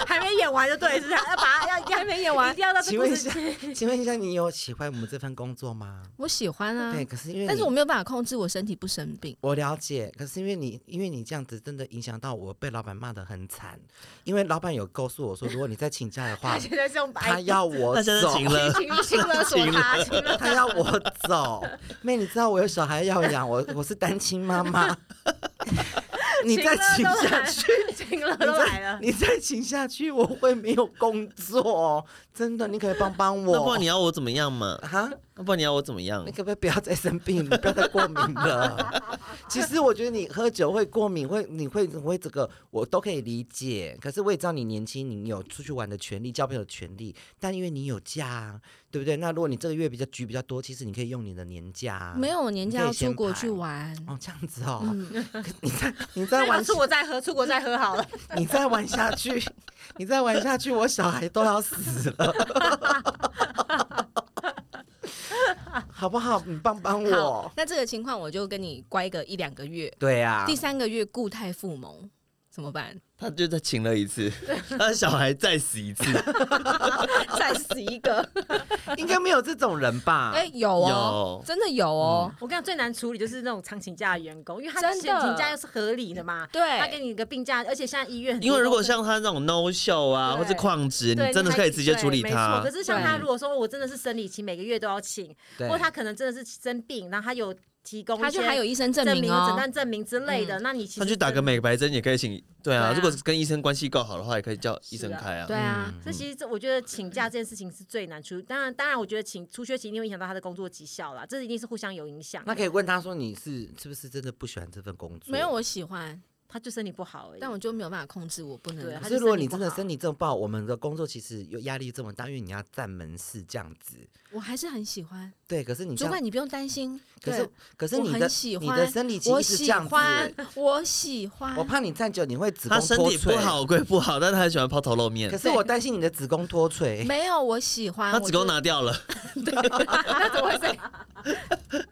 Speaker 4: 还没演完就对，是不是要把它要
Speaker 2: 还没演完
Speaker 4: 一定要到这
Speaker 5: 请
Speaker 4: 故
Speaker 5: 问一
Speaker 4: 事
Speaker 5: 下，请问一下，你有喜欢我们这份工作吗？
Speaker 2: 我喜欢啊
Speaker 5: 对，，可是因为
Speaker 2: 但是
Speaker 5: 你
Speaker 2: 我没有办法控制我身体不生病。
Speaker 5: 我了解，可是因为你，因为你这样子真的影响到我，被老板骂得很惨。因为老板有告诉我说，如果你再请假的话
Speaker 4: 他，现在是用白
Speaker 5: 他要我 *laughs*
Speaker 3: 那现在
Speaker 5: 走
Speaker 3: 请，
Speaker 4: *laughs*
Speaker 3: 了，
Speaker 4: 情
Speaker 5: *laughs*
Speaker 4: 绪勒索他，情勒
Speaker 5: 他要我走。妹，你知道我有小孩要养，我我是单亲妈妈。你再请下去，
Speaker 4: 情勒
Speaker 5: 你
Speaker 4: 都来
Speaker 5: 再
Speaker 4: 了。
Speaker 5: 你再请下去，我会没有工作。真的，你可不可以帮帮我。
Speaker 3: 那不然你要我怎么样嘛？
Speaker 5: 哈，
Speaker 3: 那不然你要我怎么样
Speaker 4: *laughs*
Speaker 5: 你？可不可以不要再生病？你不要再过敏了。其实我觉得你喝酒会过敏，会你会你会这个，我都可以理解。可是我也知道你年轻，你有出去玩的权利、交朋友的权利。但因为你有假、啊，对不对？那如果你这个月比较局比较多，其实你可以用你的年假、啊。
Speaker 2: 没有，我年
Speaker 5: 你
Speaker 2: 假
Speaker 5: 可以
Speaker 2: 要出
Speaker 5: 先
Speaker 2: 国
Speaker 5: 排
Speaker 2: 去玩。
Speaker 5: 哦，这样子哦。
Speaker 2: 嗯
Speaker 5: 可你再你再
Speaker 4: 要
Speaker 5: 玩
Speaker 4: 出国再喝，出国再喝好了。
Speaker 5: 你再玩下去， *laughs* 你再玩下去，我小孩都要死了， *laughs* 好不好？你帮帮我
Speaker 2: 好。，那这个情况我就跟你乖个一两个月，
Speaker 5: 对啊呀、
Speaker 2: 第三个月固态复萌怎么办？
Speaker 3: 他就再请了一次， *laughs* 他的小孩再死一次。
Speaker 2: 再死一个？
Speaker 5: 应该没有这种人吧？
Speaker 2: 哎，有哦，
Speaker 3: 有
Speaker 2: 真的有哦。
Speaker 4: 我跟你讲，最难处理就是那种长请假的员工，因为他
Speaker 2: 真的
Speaker 4: 请请假又是合理的嘛，
Speaker 2: 对
Speaker 4: 他给你一个病假，而且现在医院很多
Speaker 3: 因为如果
Speaker 4: 都是
Speaker 3: 像他那种 no show 啊，
Speaker 4: 对
Speaker 3: 或是旷职，
Speaker 4: 对
Speaker 3: 你真的
Speaker 4: 还
Speaker 3: 是可以直接处理
Speaker 4: 对没错
Speaker 3: 他
Speaker 4: 可。是像他
Speaker 2: 对
Speaker 4: 如果说我真的是生理期，每个月都要请，
Speaker 5: 对
Speaker 4: 或他可能真的是生病，然后他有提供
Speaker 2: 他
Speaker 4: 一些
Speaker 2: 就还有医生证
Speaker 4: 证
Speaker 2: 明
Speaker 4: 诊
Speaker 2: 哦。
Speaker 5: 嗯
Speaker 4: 断证明之类的，那你其实
Speaker 3: 他去打个
Speaker 4: 真的。
Speaker 3: 美白针也可以请，对
Speaker 4: 对啊
Speaker 3: 啊，如果是跟医生关系够好的话，也可以叫医生
Speaker 4: 是啊
Speaker 3: 开啊
Speaker 2: 对。啊，
Speaker 5: 嗯
Speaker 4: 所以其实这我觉得请假这件事情是最难处理，当然当然，我觉得请出缺勤一定会影响到他的工作绩效啦，这一定是互相有影响。
Speaker 5: 那可以问他说你是是不是真的不喜欢这份工作？
Speaker 2: 没有，我喜欢。
Speaker 4: 他就身体不好而已。
Speaker 2: 但我就没有办法控制我不能
Speaker 4: 对
Speaker 2: 理
Speaker 5: 可
Speaker 4: 他
Speaker 2: 解。
Speaker 5: 是
Speaker 4: 就
Speaker 5: 如果
Speaker 4: 身体
Speaker 5: 你
Speaker 4: 不
Speaker 5: 真的
Speaker 4: 好
Speaker 5: 身体这么不好，我们的工作其实有压力这么大，因为你要站门市这样子。
Speaker 2: 我还是很喜欢
Speaker 5: 对，可是你
Speaker 2: 主
Speaker 5: 这样，
Speaker 2: 管，你不用担心。
Speaker 5: 可是
Speaker 2: 对
Speaker 5: 可是
Speaker 2: 我
Speaker 5: 你
Speaker 2: 很
Speaker 5: 的
Speaker 2: 喜
Speaker 5: 你的
Speaker 2: 欢
Speaker 5: 生理期
Speaker 2: 我
Speaker 5: 一直这
Speaker 2: 喜
Speaker 5: 样子，欸
Speaker 2: 欢，我喜欢。
Speaker 5: 我怕你站久你会子宫
Speaker 3: 他身
Speaker 5: 脱
Speaker 3: 体不
Speaker 5: 垂。
Speaker 3: *laughs* 好归不好，但他很喜欢抛头露面
Speaker 5: 可。是我担心你的子宫脱垂。
Speaker 2: 没有，我喜欢。
Speaker 3: 他
Speaker 2: 我
Speaker 3: 子
Speaker 2: 就 *laughs*
Speaker 3: 宫拿掉了，
Speaker 4: 那怎么会这样？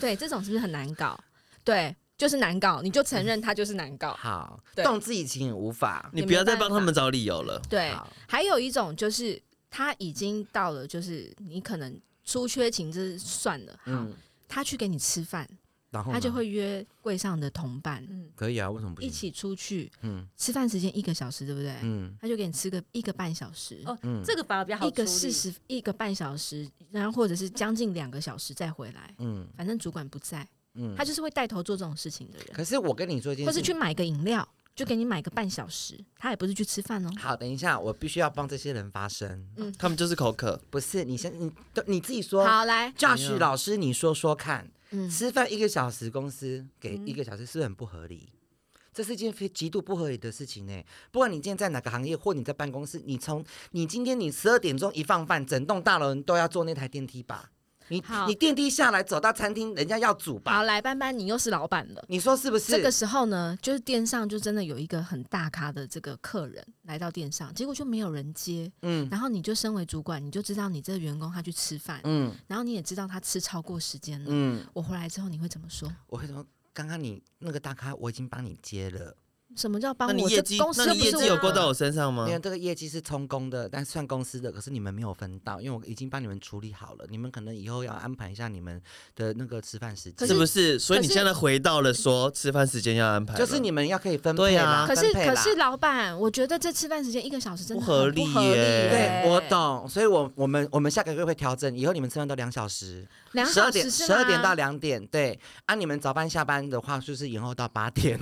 Speaker 2: 对这种是不是很难搞？对，就是难搞，你就承认他就是难搞。
Speaker 5: 好，
Speaker 2: 对
Speaker 5: 动自己情无法。
Speaker 3: 你
Speaker 2: 也
Speaker 3: 不要
Speaker 2: 没
Speaker 3: 再
Speaker 2: 办
Speaker 3: 帮他
Speaker 2: 法
Speaker 3: 们找理由了。
Speaker 2: *laughs* 对
Speaker 5: 好，
Speaker 2: 还有一种就是他已经到了，就是你可能出缺勤，这是算了。好，
Speaker 5: 嗯，
Speaker 2: 他去给你吃饭，
Speaker 5: 然后
Speaker 2: 他就
Speaker 5: 呢
Speaker 2: 会约柜上的同伴
Speaker 4: 嗯，
Speaker 5: 可以啊，为什么不
Speaker 2: 一
Speaker 5: 行？
Speaker 2: 起出去。
Speaker 5: 嗯
Speaker 2: 吃饭时间一个小时，对不对？
Speaker 5: 嗯
Speaker 2: 他就给你吃个一个半小时，
Speaker 4: 哦
Speaker 5: 嗯，
Speaker 4: 这个反而比较好
Speaker 2: 一个
Speaker 4: 处
Speaker 2: 四
Speaker 4: 理
Speaker 2: 十一个半小时，然后或者是将近两个小时再回来。
Speaker 5: 嗯
Speaker 2: 反正主管不在，
Speaker 5: 嗯
Speaker 2: 他。就是会带头做这种事情的人。
Speaker 5: 可是我跟你说一件
Speaker 2: 或
Speaker 5: 事，
Speaker 2: 是去买个饮料，就给你买个半小时，他也不是去吃饭哦。
Speaker 5: 好，等一下，我必须要帮这些人发声。
Speaker 3: 他们就是口渴，
Speaker 5: 不是你先，你都你自己说。
Speaker 2: 好，来，
Speaker 5: ，Josh 老师，你说说看，
Speaker 2: 嗯，
Speaker 5: 吃饭一个小时，公司给
Speaker 4: 嗯
Speaker 5: 一个小时，是不是很不合理？这是一件非极度不合理的事情呢、不管你今天在哪个行业，或你在办公室，你从你今天你十二点钟一放饭，整栋大楼人都要坐那台电梯吧？你
Speaker 2: 好
Speaker 5: 你电梯下来走到餐厅，人家要煮吧？
Speaker 2: 好，来，班班，你又是老板了。
Speaker 5: 你说是不是？
Speaker 2: 这个时候呢，就是店上就真的有一个很大咖的这个客人来到店上，结果就没有人接。
Speaker 5: 嗯
Speaker 2: 然后你就身为主管，你就知道你这个员工他去吃饭，
Speaker 5: 嗯
Speaker 2: 然后你也知道他吃超过时间了。
Speaker 5: 嗯，
Speaker 2: 我回来之后你会怎么说？
Speaker 5: 我会说，刚刚你那个大咖，我已经帮你接了。
Speaker 2: 什么叫帮
Speaker 3: 那你
Speaker 2: 我？
Speaker 3: 业
Speaker 2: 这
Speaker 3: 绩，
Speaker 2: 公司又
Speaker 3: 那你
Speaker 2: 不
Speaker 3: 业
Speaker 2: 是
Speaker 3: 绩有
Speaker 2: 我啊
Speaker 3: 过
Speaker 2: 的。
Speaker 3: 到我身上吗
Speaker 5: 没？有，这个业绩是充公的，但算公司的，可是你们没有分到，因为我已经帮你们处理好了，你们可能以后要安排一下你们的那个吃饭时
Speaker 2: 可
Speaker 5: 间
Speaker 3: 是，不
Speaker 2: 是
Speaker 3: 是？所以
Speaker 2: 可
Speaker 3: 你
Speaker 2: 是
Speaker 3: 现在回到了说吃饭时间要安排了，
Speaker 5: 就是你们要可以分配
Speaker 3: 对
Speaker 5: 啦
Speaker 3: 啊
Speaker 2: 可是
Speaker 5: 分配啦
Speaker 2: 可是，老板，我觉得这吃饭时间一个小时真的
Speaker 3: 不合
Speaker 2: 很
Speaker 3: 理
Speaker 2: 合理
Speaker 3: 耶
Speaker 5: 对
Speaker 2: 耶
Speaker 5: 我懂，所以我我们我们下个月会调整，以后你们吃饭都两小时，
Speaker 2: 两
Speaker 5: 十二
Speaker 2: 小时
Speaker 5: 点
Speaker 2: 是
Speaker 5: 十二点
Speaker 2: 吗
Speaker 5: 到两点，对，啊，你们早班下班的话就是延后到八
Speaker 2: *laughs*
Speaker 5: 点，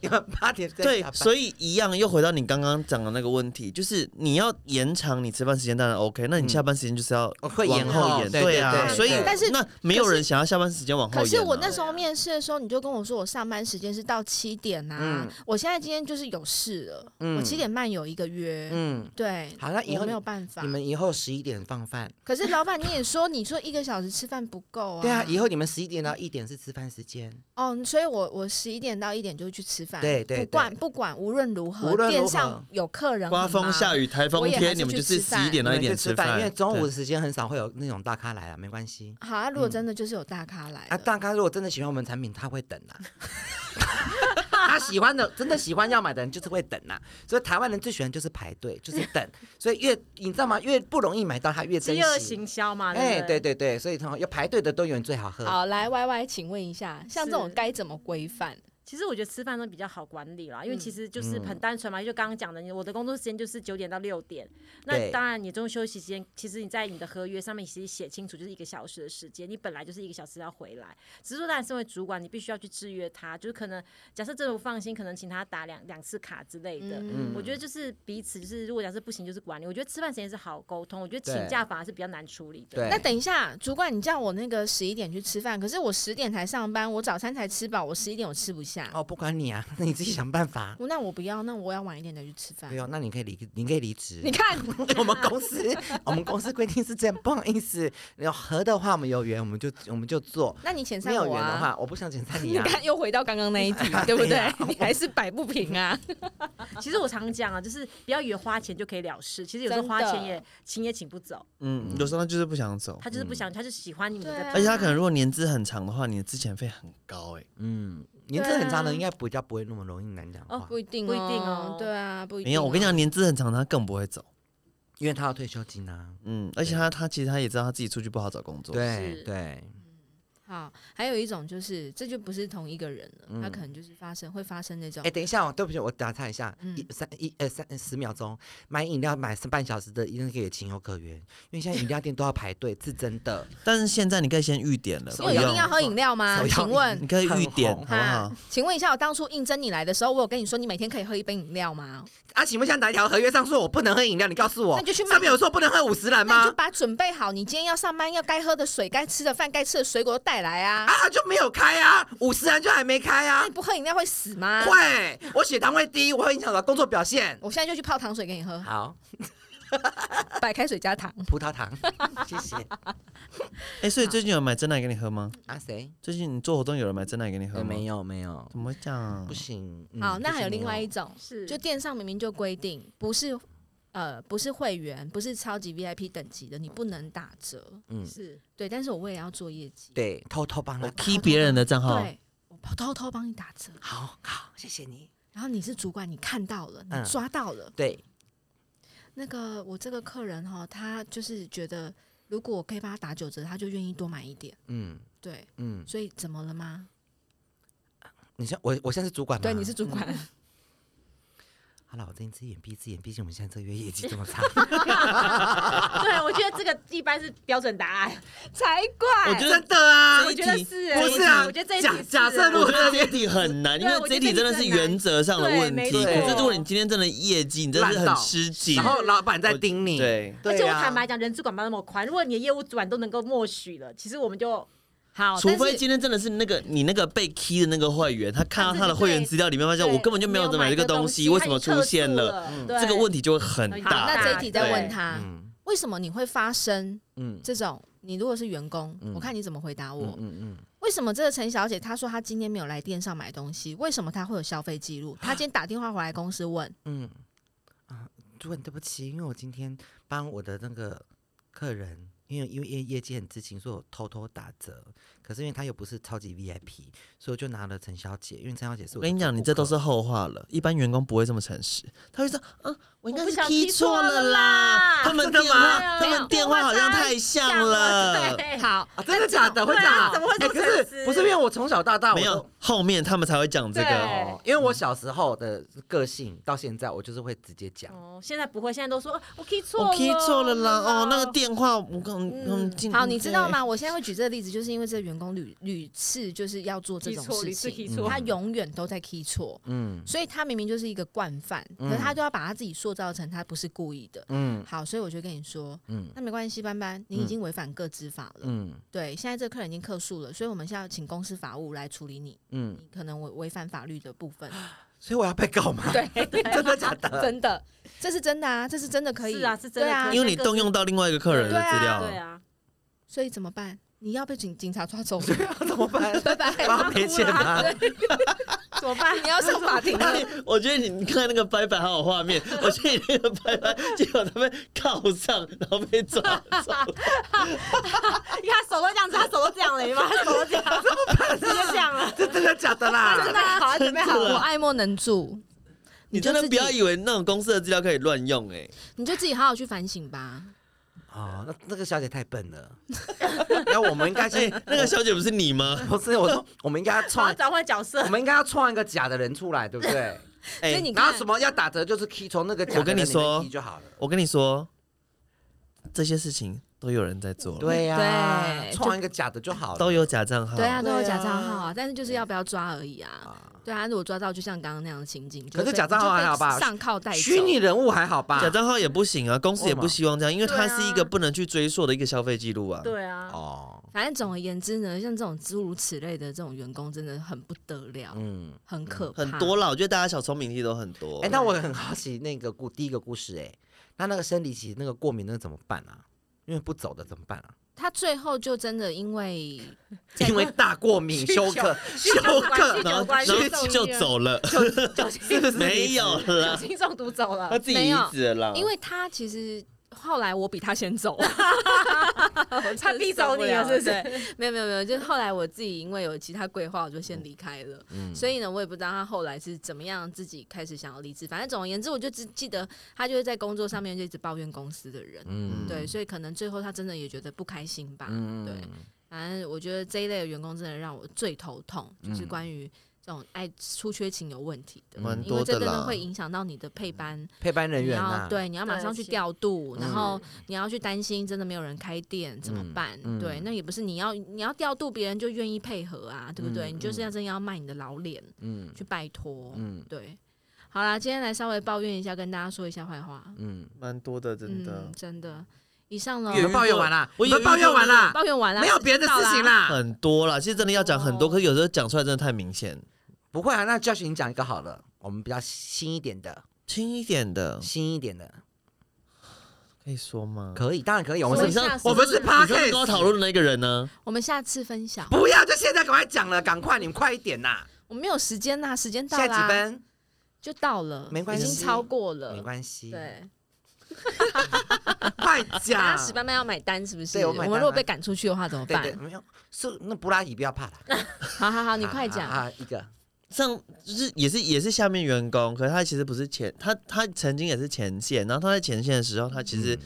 Speaker 5: 你们八点再
Speaker 3: 对
Speaker 5: 下，班
Speaker 3: 所以一样又回到你刚刚讲的那个问题，就是你要延长你吃饭时间当然 OK，那你下班时间就是要
Speaker 5: 嗯哦会
Speaker 3: 往
Speaker 5: 延
Speaker 3: 后
Speaker 5: 后
Speaker 3: 延，
Speaker 5: 对
Speaker 3: 对
Speaker 5: 对
Speaker 3: 啊，
Speaker 5: 对
Speaker 3: 所以
Speaker 5: 对
Speaker 2: 但是
Speaker 3: 那没有
Speaker 2: 可是
Speaker 3: 人想要下班时间往后延
Speaker 2: 可
Speaker 3: 啊。
Speaker 2: 是我那时候面试的时候，你就跟我说我上班时间是到七点呐、
Speaker 5: 嗯
Speaker 2: 我现在今天就是有事了，
Speaker 5: 嗯
Speaker 2: 我七点半有一个约，
Speaker 5: 嗯，
Speaker 2: 对，
Speaker 5: 好那以后
Speaker 2: 我
Speaker 5: 你
Speaker 2: 没有办法
Speaker 5: 你。们以后十一点放饭。
Speaker 2: 可是老板你也说，你说一个小时吃饭不
Speaker 5: *laughs*
Speaker 2: 够啊，
Speaker 5: 对啊，以后你们十一点到一点是吃饭时间，
Speaker 2: 哦，所以我我十一点到一点就去吃饭，
Speaker 5: 对对
Speaker 2: 不管不管无论如何，
Speaker 5: 无论如何
Speaker 2: 店上有客人，
Speaker 3: 刮风下
Speaker 2: 雨，
Speaker 3: 雨、台风
Speaker 2: 啊我也还
Speaker 3: 天，
Speaker 2: 是
Speaker 3: 你们
Speaker 2: 去
Speaker 3: 就是
Speaker 2: 吃
Speaker 3: 十
Speaker 2: 饭
Speaker 3: 一点
Speaker 5: 你
Speaker 3: 到一
Speaker 5: 们
Speaker 3: 点
Speaker 5: 就
Speaker 3: 吃
Speaker 5: 吃饭，
Speaker 3: 饭，
Speaker 5: 因为中午
Speaker 3: 对
Speaker 5: 的时间很少会有那种大咖来啊，没关系。
Speaker 2: 好啊，如果真的就是有大咖来了，
Speaker 5: 嗯啊，大咖如果真的喜欢我们产品，他会等啊。 *laughs* 他喜欢的，真的喜欢要买的人就是会等啊。所以台湾人最喜欢就是排队，就是等。所以越你知道吗？越不容易买到，他越珍
Speaker 4: 饥饿
Speaker 5: 惜。
Speaker 4: 行销嘛，
Speaker 5: 哎，
Speaker 4: 不
Speaker 5: 对对对，所以通常要排队的都永远最好喝。
Speaker 2: 好来 Y Y，请问一下，像这种
Speaker 4: 是
Speaker 2: 该怎么规范？
Speaker 4: 其实我觉得吃饭都比较好管理啦，因为其
Speaker 2: 嗯
Speaker 4: 实就是很单纯嘛，就刚刚讲的，你我的工作时间就是九点到六点。
Speaker 5: 对
Speaker 4: 那当然，你中休息时间，其实你在你的合约上面其实写清楚，就是一个小时的时间，你本来就是一个小时要回来。只是说，当然身为主管，你必须要去制约他，就是可能假设真的不放心，可能请他打两两次卡之类的。
Speaker 2: 嗯
Speaker 4: 我觉得就是彼此，就是如果假设不行，就是管理。我觉得吃饭时间是好沟通，我觉得
Speaker 5: 对
Speaker 4: 请假反而是比较难处理的。
Speaker 5: 对
Speaker 2: 那等一下，主管，你叫我那个十一点去吃饭，可是我十点才上班，我早餐才吃饱，我十一点我吃不下。
Speaker 5: 哦，不管你啊， *laughs* 那你自己想办法。
Speaker 2: 我那我不要，那我要晚一点再去吃饭
Speaker 5: 不。用，那你可以离，你可以离职。
Speaker 2: *laughs* 你看，
Speaker 5: *laughs* 我们公司，我们公司规定是这样，不好意思，有合的话我们有缘，我们就我们就做。
Speaker 2: 那你遣
Speaker 5: 没
Speaker 2: 散
Speaker 5: 有
Speaker 2: 我
Speaker 5: 缘的
Speaker 2: 啊！
Speaker 5: 话，我不想剪裁你
Speaker 2: 你 *laughs*
Speaker 5: 啊。
Speaker 2: 看，又回到刚刚那一
Speaker 5: *laughs*
Speaker 2: 题，对不
Speaker 5: 对
Speaker 2: 对
Speaker 5: 啊？
Speaker 2: 你还是摆不平啊！
Speaker 4: 其实我常讲啊，就是不要以为花钱就可以了事，其实有时候花
Speaker 2: 真
Speaker 4: 钱
Speaker 2: 的
Speaker 4: 也请也请不走。
Speaker 3: 嗯，有时候他就是不想走，
Speaker 4: 他就是不想，他就喜欢你们
Speaker 2: 对
Speaker 4: 的
Speaker 2: 啊
Speaker 3: 而且他可能如果年资很长的话，你的之前费很高
Speaker 2: 啊
Speaker 3: 哎。
Speaker 5: 嗯，年资
Speaker 2: 对
Speaker 5: 很长
Speaker 2: 啊
Speaker 5: 的应该比较不会那么容易难讲话，
Speaker 4: 哦
Speaker 2: 不一定，
Speaker 4: 不一定哦
Speaker 2: 对啊，不一定。
Speaker 3: 没有，我跟你，讲，年资很长他更不会走。
Speaker 5: 因为他要退休金啊。
Speaker 3: 嗯，而且他他其实他也知道他自己出去不好找工作。
Speaker 5: 对
Speaker 4: 是
Speaker 5: 对，
Speaker 2: 好，还有一种就是，这就不是同一个人了，他
Speaker 5: 嗯
Speaker 2: 可能就是发生会发生那种
Speaker 5: 哎，，等一下哦，对不起，我打岔一下，
Speaker 2: 嗯
Speaker 5: 一三一呃三十秒钟，买饮料买半小时的，那个也情有可原，因为现在饮料店都要排队，是真
Speaker 2: *laughs*
Speaker 5: 的。
Speaker 3: 但是现在你可以先预点了，
Speaker 5: 手
Speaker 2: 因为
Speaker 3: 不
Speaker 2: 一
Speaker 5: 摇
Speaker 2: 定
Speaker 3: 用
Speaker 2: 要喝饮料吗
Speaker 5: 手？摇
Speaker 2: 啊请问
Speaker 3: 你，可以
Speaker 5: 很
Speaker 3: 预点好
Speaker 5: 红
Speaker 3: 不好？
Speaker 2: 请问一下，我当初应征你来的时候，我有跟你说你每天可以喝一杯饮料吗？
Speaker 5: 啊，请问一下，哪一条合约上说我不能喝饮料？你告诉我，
Speaker 2: 那你就去买
Speaker 5: 上面有说不能喝五十兰
Speaker 2: 那你
Speaker 5: 吗
Speaker 2: 就？把准备好，你今天要上班要该喝的水、该吃的饭、该吃的水果都带来啊！
Speaker 5: 啊，就没有开啊，五十人就还没开啊
Speaker 2: 你，不喝饮料会死吗？
Speaker 5: 会，我血糖会低，我会影响到工作表现。
Speaker 2: 我现在就去泡糖水给你喝，
Speaker 5: 好，
Speaker 2: 白开水加糖。
Speaker 5: 葡萄糖，谢谢。
Speaker 3: 哎，
Speaker 2: 啊
Speaker 3: 所以最近有人买真奶给你喝吗？
Speaker 5: 啊，谁？
Speaker 3: 最近你做活动有人买真奶给你喝
Speaker 5: 呃
Speaker 3: 吗？
Speaker 5: 没，有，没有，
Speaker 3: 怎么会这样
Speaker 5: 不？行。嗯
Speaker 2: 好，
Speaker 5: 不
Speaker 2: 那还有
Speaker 5: 行
Speaker 2: 另外
Speaker 5: 没
Speaker 2: 一种，
Speaker 4: 是
Speaker 2: 就电商明明就规定，不是呃不是会员，不是超级 VIP 等级的，你不能打折。
Speaker 5: 嗯，
Speaker 4: 是
Speaker 2: 对，但是我为了要做业绩，
Speaker 5: 对，偷偷帮
Speaker 3: 我
Speaker 5: 他。
Speaker 3: 踢别人的账号，
Speaker 2: 对我偷偷帮你打折，
Speaker 5: 好好，谢谢你。
Speaker 2: 然后你是主管，你看到了，
Speaker 5: 嗯
Speaker 2: 你抓到了。
Speaker 5: 对，
Speaker 2: 那个我这个客人哈、他就是觉得，如果我可以帮他打九折，他就愿意多买一点。
Speaker 5: 嗯
Speaker 2: 对，
Speaker 5: 嗯，
Speaker 2: 所以怎么了吗？
Speaker 5: 你像我，我现在是主管吗？
Speaker 2: 对，你是主管，
Speaker 5: 嗯好了，我睁一只眼闭一只眼，毕竟我们现在这个月业绩这么
Speaker 4: *laughs*
Speaker 5: 差，*laughs*
Speaker 4: 对，我觉得这个一般是标准答案，
Speaker 2: 才怪！
Speaker 3: 我觉得
Speaker 5: 真的啊
Speaker 3: 这
Speaker 4: 我
Speaker 3: 一
Speaker 4: 觉得
Speaker 3: 题
Speaker 4: 是欸，
Speaker 5: 不是啊？
Speaker 4: 我觉得这一
Speaker 5: 假
Speaker 4: 题是
Speaker 5: 假设
Speaker 4: 啊
Speaker 5: 如
Speaker 3: 我
Speaker 5: 果
Speaker 3: 觉得这一题很难，因为
Speaker 4: 对我
Speaker 3: 这一
Speaker 4: 觉得
Speaker 3: 题真的
Speaker 4: 这
Speaker 3: 是
Speaker 4: 一题很难
Speaker 3: 原则上的
Speaker 4: 对
Speaker 3: 问
Speaker 4: 没
Speaker 3: 题。
Speaker 5: 错
Speaker 3: 可是如果你今天真的业绩，你真的是
Speaker 5: 烂到
Speaker 3: 很失敬
Speaker 5: 然。后老板在盯你，
Speaker 3: 对，
Speaker 5: 对啊
Speaker 4: 而且我坦白讲，人资管不要那么宽，如果你的业务主管都能够默许了，其实我们就哦
Speaker 2: 好，
Speaker 3: 除
Speaker 2: 但
Speaker 3: 非
Speaker 2: 是
Speaker 3: 今天真的是那个你那个被 key 的那个会员，他看到
Speaker 4: 自己
Speaker 3: 他的会员
Speaker 4: 对
Speaker 3: 资料里面发现我根本就没有买这个东西，为什么出现了？嗯
Speaker 4: 了
Speaker 3: 这个问
Speaker 4: 题
Speaker 3: 题就会很
Speaker 4: 很
Speaker 3: 大。
Speaker 4: 大
Speaker 2: 啊那这一题再
Speaker 3: 对
Speaker 2: 问他，
Speaker 5: 嗯
Speaker 2: 为什么你会发生
Speaker 5: 嗯
Speaker 2: 这种？你如果是员工，
Speaker 5: 嗯
Speaker 2: 我看你怎么回答我。
Speaker 5: 嗯嗯
Speaker 2: 为什么这个陈小姐她说她今天没有来电上买东西？为什么她会有消费记录？她今天打电话回来公司问，
Speaker 5: 嗯啊，主管对不起，因为我今天帮我的那个客人，因为因为业业绩很知情，所以我偷偷打折。可是因为他又不是超级 VIP，所以我就拿了陈小姐，因为陈小姐是
Speaker 3: 我
Speaker 5: 我
Speaker 3: 跟你讲，你这都是后话了。一般员工不会这么诚实，他会说：“嗯，我应该
Speaker 4: 我不
Speaker 3: 是
Speaker 4: 小心
Speaker 3: key 错
Speaker 4: 错了
Speaker 3: 啦
Speaker 4: 啦。”
Speaker 3: 他们
Speaker 5: 真的
Speaker 3: 电
Speaker 5: 吗
Speaker 3: 话，
Speaker 4: 对啊
Speaker 3: 他们电话好像太像了。
Speaker 4: 对，
Speaker 2: 好，
Speaker 5: 啊，真的假的？会这样啊？
Speaker 4: 怎么会这
Speaker 5: 哎
Speaker 4: 么
Speaker 5: 可
Speaker 4: 诚
Speaker 5: 是
Speaker 4: 实
Speaker 5: 不是因为我从小到大我
Speaker 3: *laughs* 没
Speaker 5: 都
Speaker 3: 有，后面他们才会讲这个
Speaker 4: 对。
Speaker 5: 哦，因为我小时候的个性到现在，我就是会直接讲。
Speaker 4: 哦，现在不会，现在都说哦我 key 错
Speaker 3: 我
Speaker 4: 了
Speaker 3: key 错了啦，哦，那个电话我刚嗯进
Speaker 2: 好，你知道？吗？我现在会举这个例子，就是因为这个员工屡屡次就是要做这
Speaker 4: key
Speaker 2: 种
Speaker 4: 错，
Speaker 2: 事
Speaker 4: 你是 key
Speaker 2: 情，
Speaker 4: 错，
Speaker 2: 他永远都在 key 错，
Speaker 5: 嗯
Speaker 2: 所以他明明就是一个惯犯，可是他都要把他自己塑造成他不是故意的。
Speaker 5: 嗯
Speaker 2: 好，所以我就跟你说，
Speaker 5: 嗯
Speaker 2: 那没关系，班班，你已经违反各执法了。
Speaker 5: 嗯
Speaker 2: 对，现在这个客人已经客诉了，所以我们现在要请公司法务来处理你，
Speaker 5: 嗯，
Speaker 2: 你可能违违反法律的部分。
Speaker 5: 所以我要被告吗？
Speaker 2: 对，
Speaker 5: *laughs* 真的假的？
Speaker 2: 真的，这是真的啊，这是真的可以，
Speaker 4: 是啊是真的
Speaker 2: 对啊
Speaker 4: 可以
Speaker 3: 哎因为你动用到另外一个客人的资料， *laughs*
Speaker 4: 对啊，
Speaker 2: 所以怎么办？你要被警警察抓走了，
Speaker 5: *laughs* 怎么办？
Speaker 2: 拜拜，
Speaker 5: 我要赔钱啊吗？
Speaker 2: *laughs*
Speaker 4: 怎么办？
Speaker 2: 你要上法庭
Speaker 5: *laughs*
Speaker 2: 了。
Speaker 3: 哎我觉得你看那个拜拜好有画面，我觉得你那个拜拜，结果 *laughs* 他们告上，然后被抓走。
Speaker 4: 你看哎他手都这样子，他手都这样了，你把他手都这样， *laughs* 怎么办？直接这样 *laughs* 了。
Speaker 5: 这真的假的啊
Speaker 4: 准
Speaker 5: 啦？
Speaker 4: 备好
Speaker 2: 啊
Speaker 4: 了，准备好
Speaker 2: 我
Speaker 4: 了。
Speaker 2: 爱莫能助，
Speaker 3: 你
Speaker 2: 就
Speaker 3: 真的
Speaker 2: 自
Speaker 3: 不
Speaker 2: 己
Speaker 3: 要，以为那种公司的资料可以乱用哎、
Speaker 2: 你就自己好好去反省吧。
Speaker 5: 哦，那那个小姐太笨了。 *laughs* 那我们应该
Speaker 3: 哎、
Speaker 5: 先，
Speaker 3: 那个小姐不是你吗？
Speaker 5: 不是我说，我们应该要
Speaker 4: 好，
Speaker 5: 创，
Speaker 4: 转换角色
Speaker 5: 我。们应该要创一个假的人出来，对不对？
Speaker 3: 哎、
Speaker 2: 所以 *laughs* 你
Speaker 5: 然后
Speaker 2: 看
Speaker 5: 什，么要打折就是 key 从那个假的
Speaker 3: 我跟你
Speaker 5: 人里面
Speaker 3: 说
Speaker 5: key 就好了。
Speaker 3: 我跟你说，这些事情都有人在做，，
Speaker 5: 对呀，
Speaker 2: 对
Speaker 5: 创一个假的就好了。
Speaker 3: 都有假账号，
Speaker 2: 对啊，都有
Speaker 5: 对
Speaker 2: 假
Speaker 5: 啊
Speaker 2: 账号啊，但是就是要不要抓而已啊。
Speaker 5: 啊，
Speaker 2: 对啊，如果抓到，就像刚刚那样的情景，就
Speaker 5: 可是
Speaker 2: 被
Speaker 5: 假账号
Speaker 2: 就被
Speaker 5: 还好吧
Speaker 2: 上铐带走。
Speaker 5: 虚拟人物还好吧？
Speaker 3: 假账号也不行啊，公司也不希望这样，因为它
Speaker 4: 对啊
Speaker 3: 是一个不能去追溯的一个消费记录啊。，
Speaker 4: 对啊，
Speaker 5: 哦，
Speaker 2: 反正总而言之呢，像这种诸如此类的这种员工，真的很不得了，
Speaker 5: 嗯。
Speaker 2: 很可怕。
Speaker 3: 很多啦，我觉得大家小聪明力都很多。
Speaker 5: 哎、那我很好奇那个故第一个故事、哎，那那个生理期那个过敏那个怎么办啊？因为不走的怎么办啊？
Speaker 2: 他最后就真的因为
Speaker 5: 因为大过敏休克，休克，
Speaker 3: 然后
Speaker 4: 有关系
Speaker 3: 然后就走了， *laughs* 没有
Speaker 4: 小
Speaker 3: 了，
Speaker 4: 心中毒走了
Speaker 3: 他。自己离职了啦。
Speaker 2: 因为他其实后来我比他先走，
Speaker 4: *laughs* 他逼走你了，是不是？
Speaker 2: 是？没有没有没有，就是后来我自己因为有其他规划，我就先离开了。
Speaker 5: 嗯
Speaker 2: 所以呢，我也不知道他后来是怎么样自己开始想要离职。反正总而言之，我就只记得他就是在工作上面就一直抱怨公司的人。
Speaker 5: 嗯
Speaker 2: 对，啊所以可能最后他真的也觉得不开心吧。
Speaker 5: 嗯
Speaker 2: 对，反正我觉得这一类的员工真的让我最头痛，
Speaker 4: 嗯
Speaker 2: 就是关于这种爱出缺勤有问题的，
Speaker 3: 蛮
Speaker 2: 因为
Speaker 3: 多
Speaker 2: 这
Speaker 3: 的
Speaker 2: 真的
Speaker 3: 啦。
Speaker 2: 会影响到你的配班
Speaker 5: 配班人
Speaker 2: 你
Speaker 5: 员
Speaker 2: 要
Speaker 5: 呐、
Speaker 2: 对，你要马
Speaker 4: 对
Speaker 2: 上
Speaker 4: 而
Speaker 2: 去
Speaker 4: 且
Speaker 2: 调度，然
Speaker 5: 啊嗯
Speaker 2: 后你要去担心真的没有人开店怎么
Speaker 5: 嗯
Speaker 2: 办？
Speaker 5: 嗯
Speaker 2: 对，那也不是你要你要调度别人就愿意配合啊，对不对？
Speaker 5: 嗯
Speaker 2: 你就是要真的要卖你的老脸
Speaker 5: 嗯
Speaker 2: 去拜托，
Speaker 5: 嗯
Speaker 2: 对。好啦，今天来稍微抱怨一下，跟大家说一下坏话，
Speaker 5: 嗯，
Speaker 3: 蛮多的，真的
Speaker 2: 嗯、。真的。以上呢
Speaker 5: 你，们抱怨完啦，
Speaker 3: 我
Speaker 5: 我
Speaker 3: 有
Speaker 5: 们抱怨完啦，
Speaker 2: *laughs* 抱怨完了，
Speaker 5: 没有别的事
Speaker 2: 啦。
Speaker 5: 情啦。
Speaker 3: 很多啦，其实真的要讲很多，
Speaker 4: 哦
Speaker 3: 可是有时候讲出来真的太明显。
Speaker 5: 不会啊，那 Josh 你讲一个好了，我们比较新一点的，
Speaker 3: 轻一点的
Speaker 5: 新一点的
Speaker 3: 可以说吗？
Speaker 5: 可以，当然可以。我
Speaker 4: 我
Speaker 3: 说
Speaker 5: 们是
Speaker 3: 你上
Speaker 4: 吓死
Speaker 5: 我们是
Speaker 4: 人了
Speaker 5: podcast
Speaker 3: 你刚刚跟我讨论的那个人呢？
Speaker 2: 我们下次分享，
Speaker 5: 不要就现在赶快讲了，赶快你们快一点呐！
Speaker 2: 我没有时间呐，时间到
Speaker 5: 现在几
Speaker 2: 啦，
Speaker 5: 分？
Speaker 2: 就到了，
Speaker 5: 没关系
Speaker 2: 已经超过了，
Speaker 5: 没关系，，
Speaker 2: 对，
Speaker 5: 快
Speaker 2: 那
Speaker 5: 讲。
Speaker 2: 史班班要买单是不是？
Speaker 5: 啊对我
Speaker 2: 我
Speaker 5: 买单
Speaker 2: 们如果被赶出去的话怎么
Speaker 5: 对
Speaker 2: 办
Speaker 5: 对，？没有，是那布拉提不要怕啦。
Speaker 2: 好好好，你快
Speaker 5: 啊
Speaker 2: 讲，
Speaker 5: 啊，啊一个
Speaker 3: 上就是也是也是下面员工，可是他其实不是前，他他曾经也是前线，然后他在前线的时候，他其实、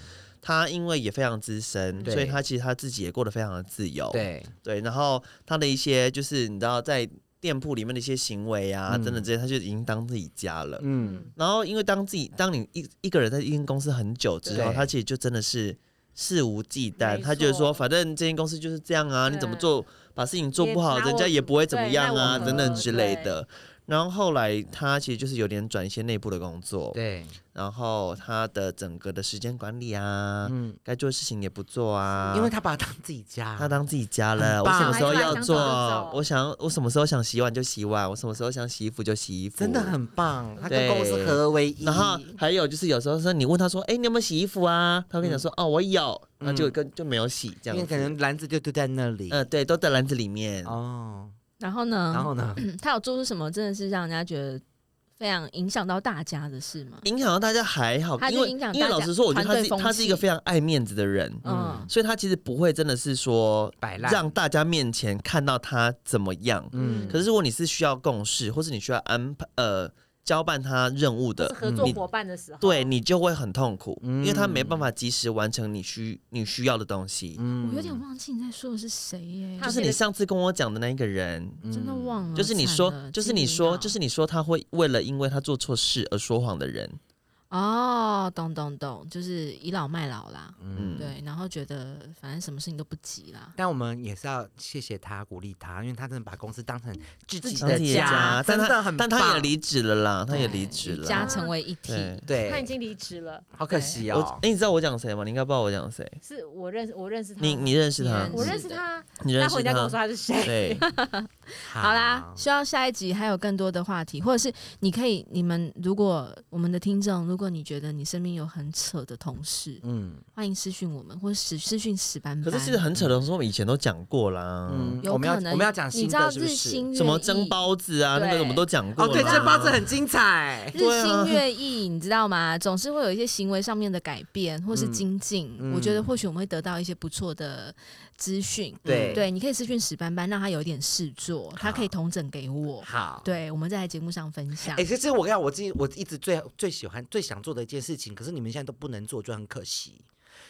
Speaker 3: 他因为也非常资深，
Speaker 5: 嗯对
Speaker 3: 所以他其实他自己也过得非常的自由，
Speaker 5: 对
Speaker 3: 对然后他的一些就是你知道在店铺里面的一些行为啊，
Speaker 5: 嗯
Speaker 3: 等等这些，他就已经当自己家了。
Speaker 5: 嗯，
Speaker 3: 然后因为当自己当你一一个人在一间公司很久之后，
Speaker 5: 对
Speaker 3: 他其实就真的是肆无忌惮，
Speaker 4: 没
Speaker 3: 他觉得说
Speaker 4: 错
Speaker 3: 反正这间公司就是这样啊，你怎么
Speaker 4: 对
Speaker 3: 做把事情做不好，
Speaker 4: 也拿我
Speaker 3: 人家也不会怎么样啊，
Speaker 4: 对
Speaker 3: 等等之类
Speaker 4: 奈我
Speaker 3: 的。然后后来他其实就是有点转一些内部的工作，
Speaker 5: 对，
Speaker 3: 然后他的整个的时间管理啊，
Speaker 5: 嗯，
Speaker 3: 该做的事情也不做啊，
Speaker 5: 因为他把它当自己家，
Speaker 3: 他当自己家了。
Speaker 5: 很
Speaker 3: 我
Speaker 5: 棒
Speaker 3: 什么时候
Speaker 4: 想
Speaker 3: 要
Speaker 4: 来就来
Speaker 3: 做
Speaker 4: 想走就？走
Speaker 3: 我想我什么时候想洗碗就洗碗，我什么时候想洗衣服就洗衣服，
Speaker 5: 真的很棒，他跟
Speaker 3: 对
Speaker 5: 公司合而为一。
Speaker 3: 然后还有就是有时候说你问他说，哎、你有没有洗衣服啊？他会跟你讲说，哦，我有，那就跟就没有洗这
Speaker 5: 嗯
Speaker 3: 样
Speaker 5: 因为
Speaker 3: 子。
Speaker 5: 可能篮子就丢在那里
Speaker 3: 嗯、。对，都在篮子里面。
Speaker 5: 哦，
Speaker 2: 然后呢？
Speaker 5: 然后呢？
Speaker 2: 嗯他有做出什么真的是让人家觉得非常影响到大家的事吗？
Speaker 3: 影响到大家还好，
Speaker 2: 他就
Speaker 3: 因为
Speaker 2: 影响
Speaker 3: 因为
Speaker 2: 大家
Speaker 3: 老实说，我觉得他
Speaker 2: 团
Speaker 3: 是
Speaker 2: 队风气
Speaker 3: 他是一个非常爱面子的人，
Speaker 2: 嗯，
Speaker 5: 嗯
Speaker 3: 所以他其实不会真的是说
Speaker 5: 摆烂
Speaker 3: 让大家面前看到他怎么样。
Speaker 5: 嗯，
Speaker 3: 可是如果你是需要共事，或是你需要安排呃交办他任务
Speaker 4: 是
Speaker 3: 的，
Speaker 4: 合作伙伴的时候，
Speaker 3: 对你就会很痛苦，
Speaker 5: 嗯
Speaker 3: 因为他没办法及时完成你需你需要的东西。
Speaker 5: 嗯
Speaker 2: 我有点忘记你在说的是谁耶、
Speaker 4: 他
Speaker 3: 就是你上次跟我讲的那一个人，
Speaker 2: 真的忘了。
Speaker 3: 就是你
Speaker 2: 嗯惨了啊
Speaker 3: 说，就是你说，
Speaker 2: 记忆力
Speaker 3: 就是你说他会为了因为他做错事而说谎的人，
Speaker 2: 哦，懂懂懂，就是倚老卖老啦。
Speaker 3: 嗯，，
Speaker 2: 对，然后觉得反正什么事情都不急啦。
Speaker 5: 但我们也是要谢谢他，鼓励他，因为他真的把公司当成自己
Speaker 3: 当自己的
Speaker 5: 家，
Speaker 3: 但
Speaker 5: 真的
Speaker 3: 他
Speaker 5: 很
Speaker 3: 但他也
Speaker 5: 棒
Speaker 3: 离职了啦，他也
Speaker 2: 对
Speaker 3: 离职
Speaker 2: 与
Speaker 3: 了，
Speaker 2: 家成为一体。
Speaker 3: 对。
Speaker 4: 他已
Speaker 5: 对，
Speaker 4: 经离职了，
Speaker 5: 好可惜
Speaker 3: 我
Speaker 5: 哦。
Speaker 3: 哎，你知道我讲谁吗？你应该不知道我讲谁。
Speaker 4: 是我认识我认识他，
Speaker 3: 你你认识
Speaker 2: 你
Speaker 3: 他？
Speaker 4: 我嗯认
Speaker 2: 是
Speaker 4: 识
Speaker 2: 的
Speaker 4: 他，
Speaker 3: 你认
Speaker 4: 待会
Speaker 3: 识
Speaker 4: 你再跟我说
Speaker 3: 他？
Speaker 4: 他是谁。
Speaker 3: 对，
Speaker 2: 好啦，希望下一集还有更多的话题，或者是你可以，你们如果我们的听众，如果你觉得你身边有很扯的同事，
Speaker 5: 嗯
Speaker 2: 欢迎私讯我们，或者私私讯史班
Speaker 3: 可
Speaker 2: 班。
Speaker 3: 是其实很扯的，我们以前都讲过啦，
Speaker 5: 嗯，
Speaker 2: 有
Speaker 5: 我们要
Speaker 2: 可能
Speaker 5: 我们要讲
Speaker 2: 你
Speaker 5: 新
Speaker 2: 知道
Speaker 5: 的，是不
Speaker 2: 日
Speaker 5: 是？
Speaker 2: 新月
Speaker 3: 什么
Speaker 2: 异
Speaker 3: 蒸包子啊，那个
Speaker 4: 对
Speaker 3: 我们都讲过
Speaker 5: 哦，
Speaker 3: 啦。
Speaker 5: 对，这包子很精彩。
Speaker 2: 日
Speaker 3: 对啊
Speaker 2: 新月异，你知道吗？总是会有一些行为上面的改变或是
Speaker 5: 嗯
Speaker 2: 精进。
Speaker 5: 嗯
Speaker 2: 我觉得或许我们会得到一些不错的资讯。
Speaker 5: 对
Speaker 2: 对，你可以私讯史班班，让他有一点事做，他可以同整给我。
Speaker 5: 好，。
Speaker 2: 对，我们再来节目上分享
Speaker 5: 哎、。其实我跟你讲，我自己我一直最最喜欢、最想做的一件事情，可是你们现在都不能做，就很可惜。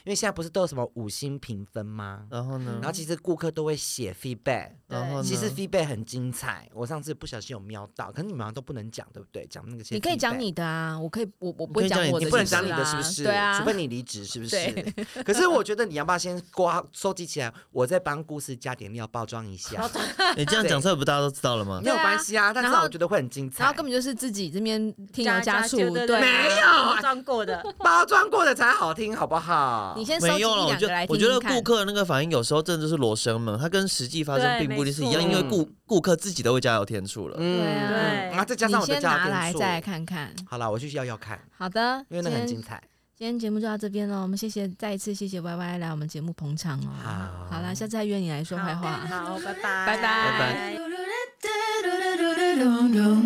Speaker 5: 因为现在不是都有什么五星评分吗？
Speaker 3: 然后呢
Speaker 5: 然？后其实顾客都会写 feedback，
Speaker 4: 对
Speaker 3: 然后呢？
Speaker 5: 其
Speaker 2: 嗯
Speaker 5: 实 feedback 很精彩。我上次不小心有瞄到，可是你们好像都不能讲，对不对？讲那个些 feedback，
Speaker 2: 你可以讲你的啊，我可以，我我不
Speaker 3: 可
Speaker 2: 会
Speaker 3: 以讲你
Speaker 2: 我
Speaker 3: 你
Speaker 2: 的，
Speaker 3: 的
Speaker 5: 你不能
Speaker 3: 事
Speaker 5: 讲你的，是
Speaker 2: 啊
Speaker 5: 不是？
Speaker 2: 对啊
Speaker 5: 除，非你离职，是不是
Speaker 2: 对？
Speaker 5: 可是我觉得你要不要先刮收集起来，我再帮故事加点料，包装一下，
Speaker 3: 你这样讲出来不大家都知道了吗？
Speaker 5: 没有关系啊。但是
Speaker 2: 然后
Speaker 5: 我觉得会很精
Speaker 2: 然后
Speaker 5: 彩
Speaker 2: 根，本就是自己这边添油
Speaker 4: 加
Speaker 2: 加醋，
Speaker 4: 对对对
Speaker 2: 对。啊
Speaker 5: 没有
Speaker 4: 装过的，
Speaker 5: 包装过的才好听，好不好？
Speaker 2: 你先收集
Speaker 3: 没
Speaker 2: 一
Speaker 3: 有了，我
Speaker 2: 两
Speaker 3: 觉
Speaker 2: 个
Speaker 3: 得
Speaker 2: 来
Speaker 3: 我
Speaker 2: 听
Speaker 3: 觉得
Speaker 2: 听
Speaker 3: 顾
Speaker 2: 看。
Speaker 3: 客那个反应有时候真的就是罗生门，它跟实际发生
Speaker 4: 对
Speaker 3: 并不一定是一
Speaker 4: 没
Speaker 3: 样，
Speaker 4: 错
Speaker 3: 因为顾顾客自己都会加油添醋了。
Speaker 5: 嗯
Speaker 2: 对啊
Speaker 4: 对
Speaker 5: 然后再加
Speaker 2: 你
Speaker 5: 上我的
Speaker 2: 先
Speaker 5: 教
Speaker 2: 拿
Speaker 5: 点
Speaker 2: 来
Speaker 5: 数
Speaker 2: 再，来看看。
Speaker 5: 好了，我去要要看，
Speaker 2: 好的，
Speaker 5: 因为那个
Speaker 2: 今
Speaker 5: 很
Speaker 2: 天
Speaker 5: 精彩。
Speaker 2: 今天节目就到这边了，我们谢谢再一次谢谢 Y Y 来我们节目捧场哦。
Speaker 5: 好
Speaker 2: 啦，下次再约你来说坏话。
Speaker 4: 好，拜
Speaker 2: 拜
Speaker 4: 拜，
Speaker 2: 拜
Speaker 3: 拜拜
Speaker 1: 拜拜。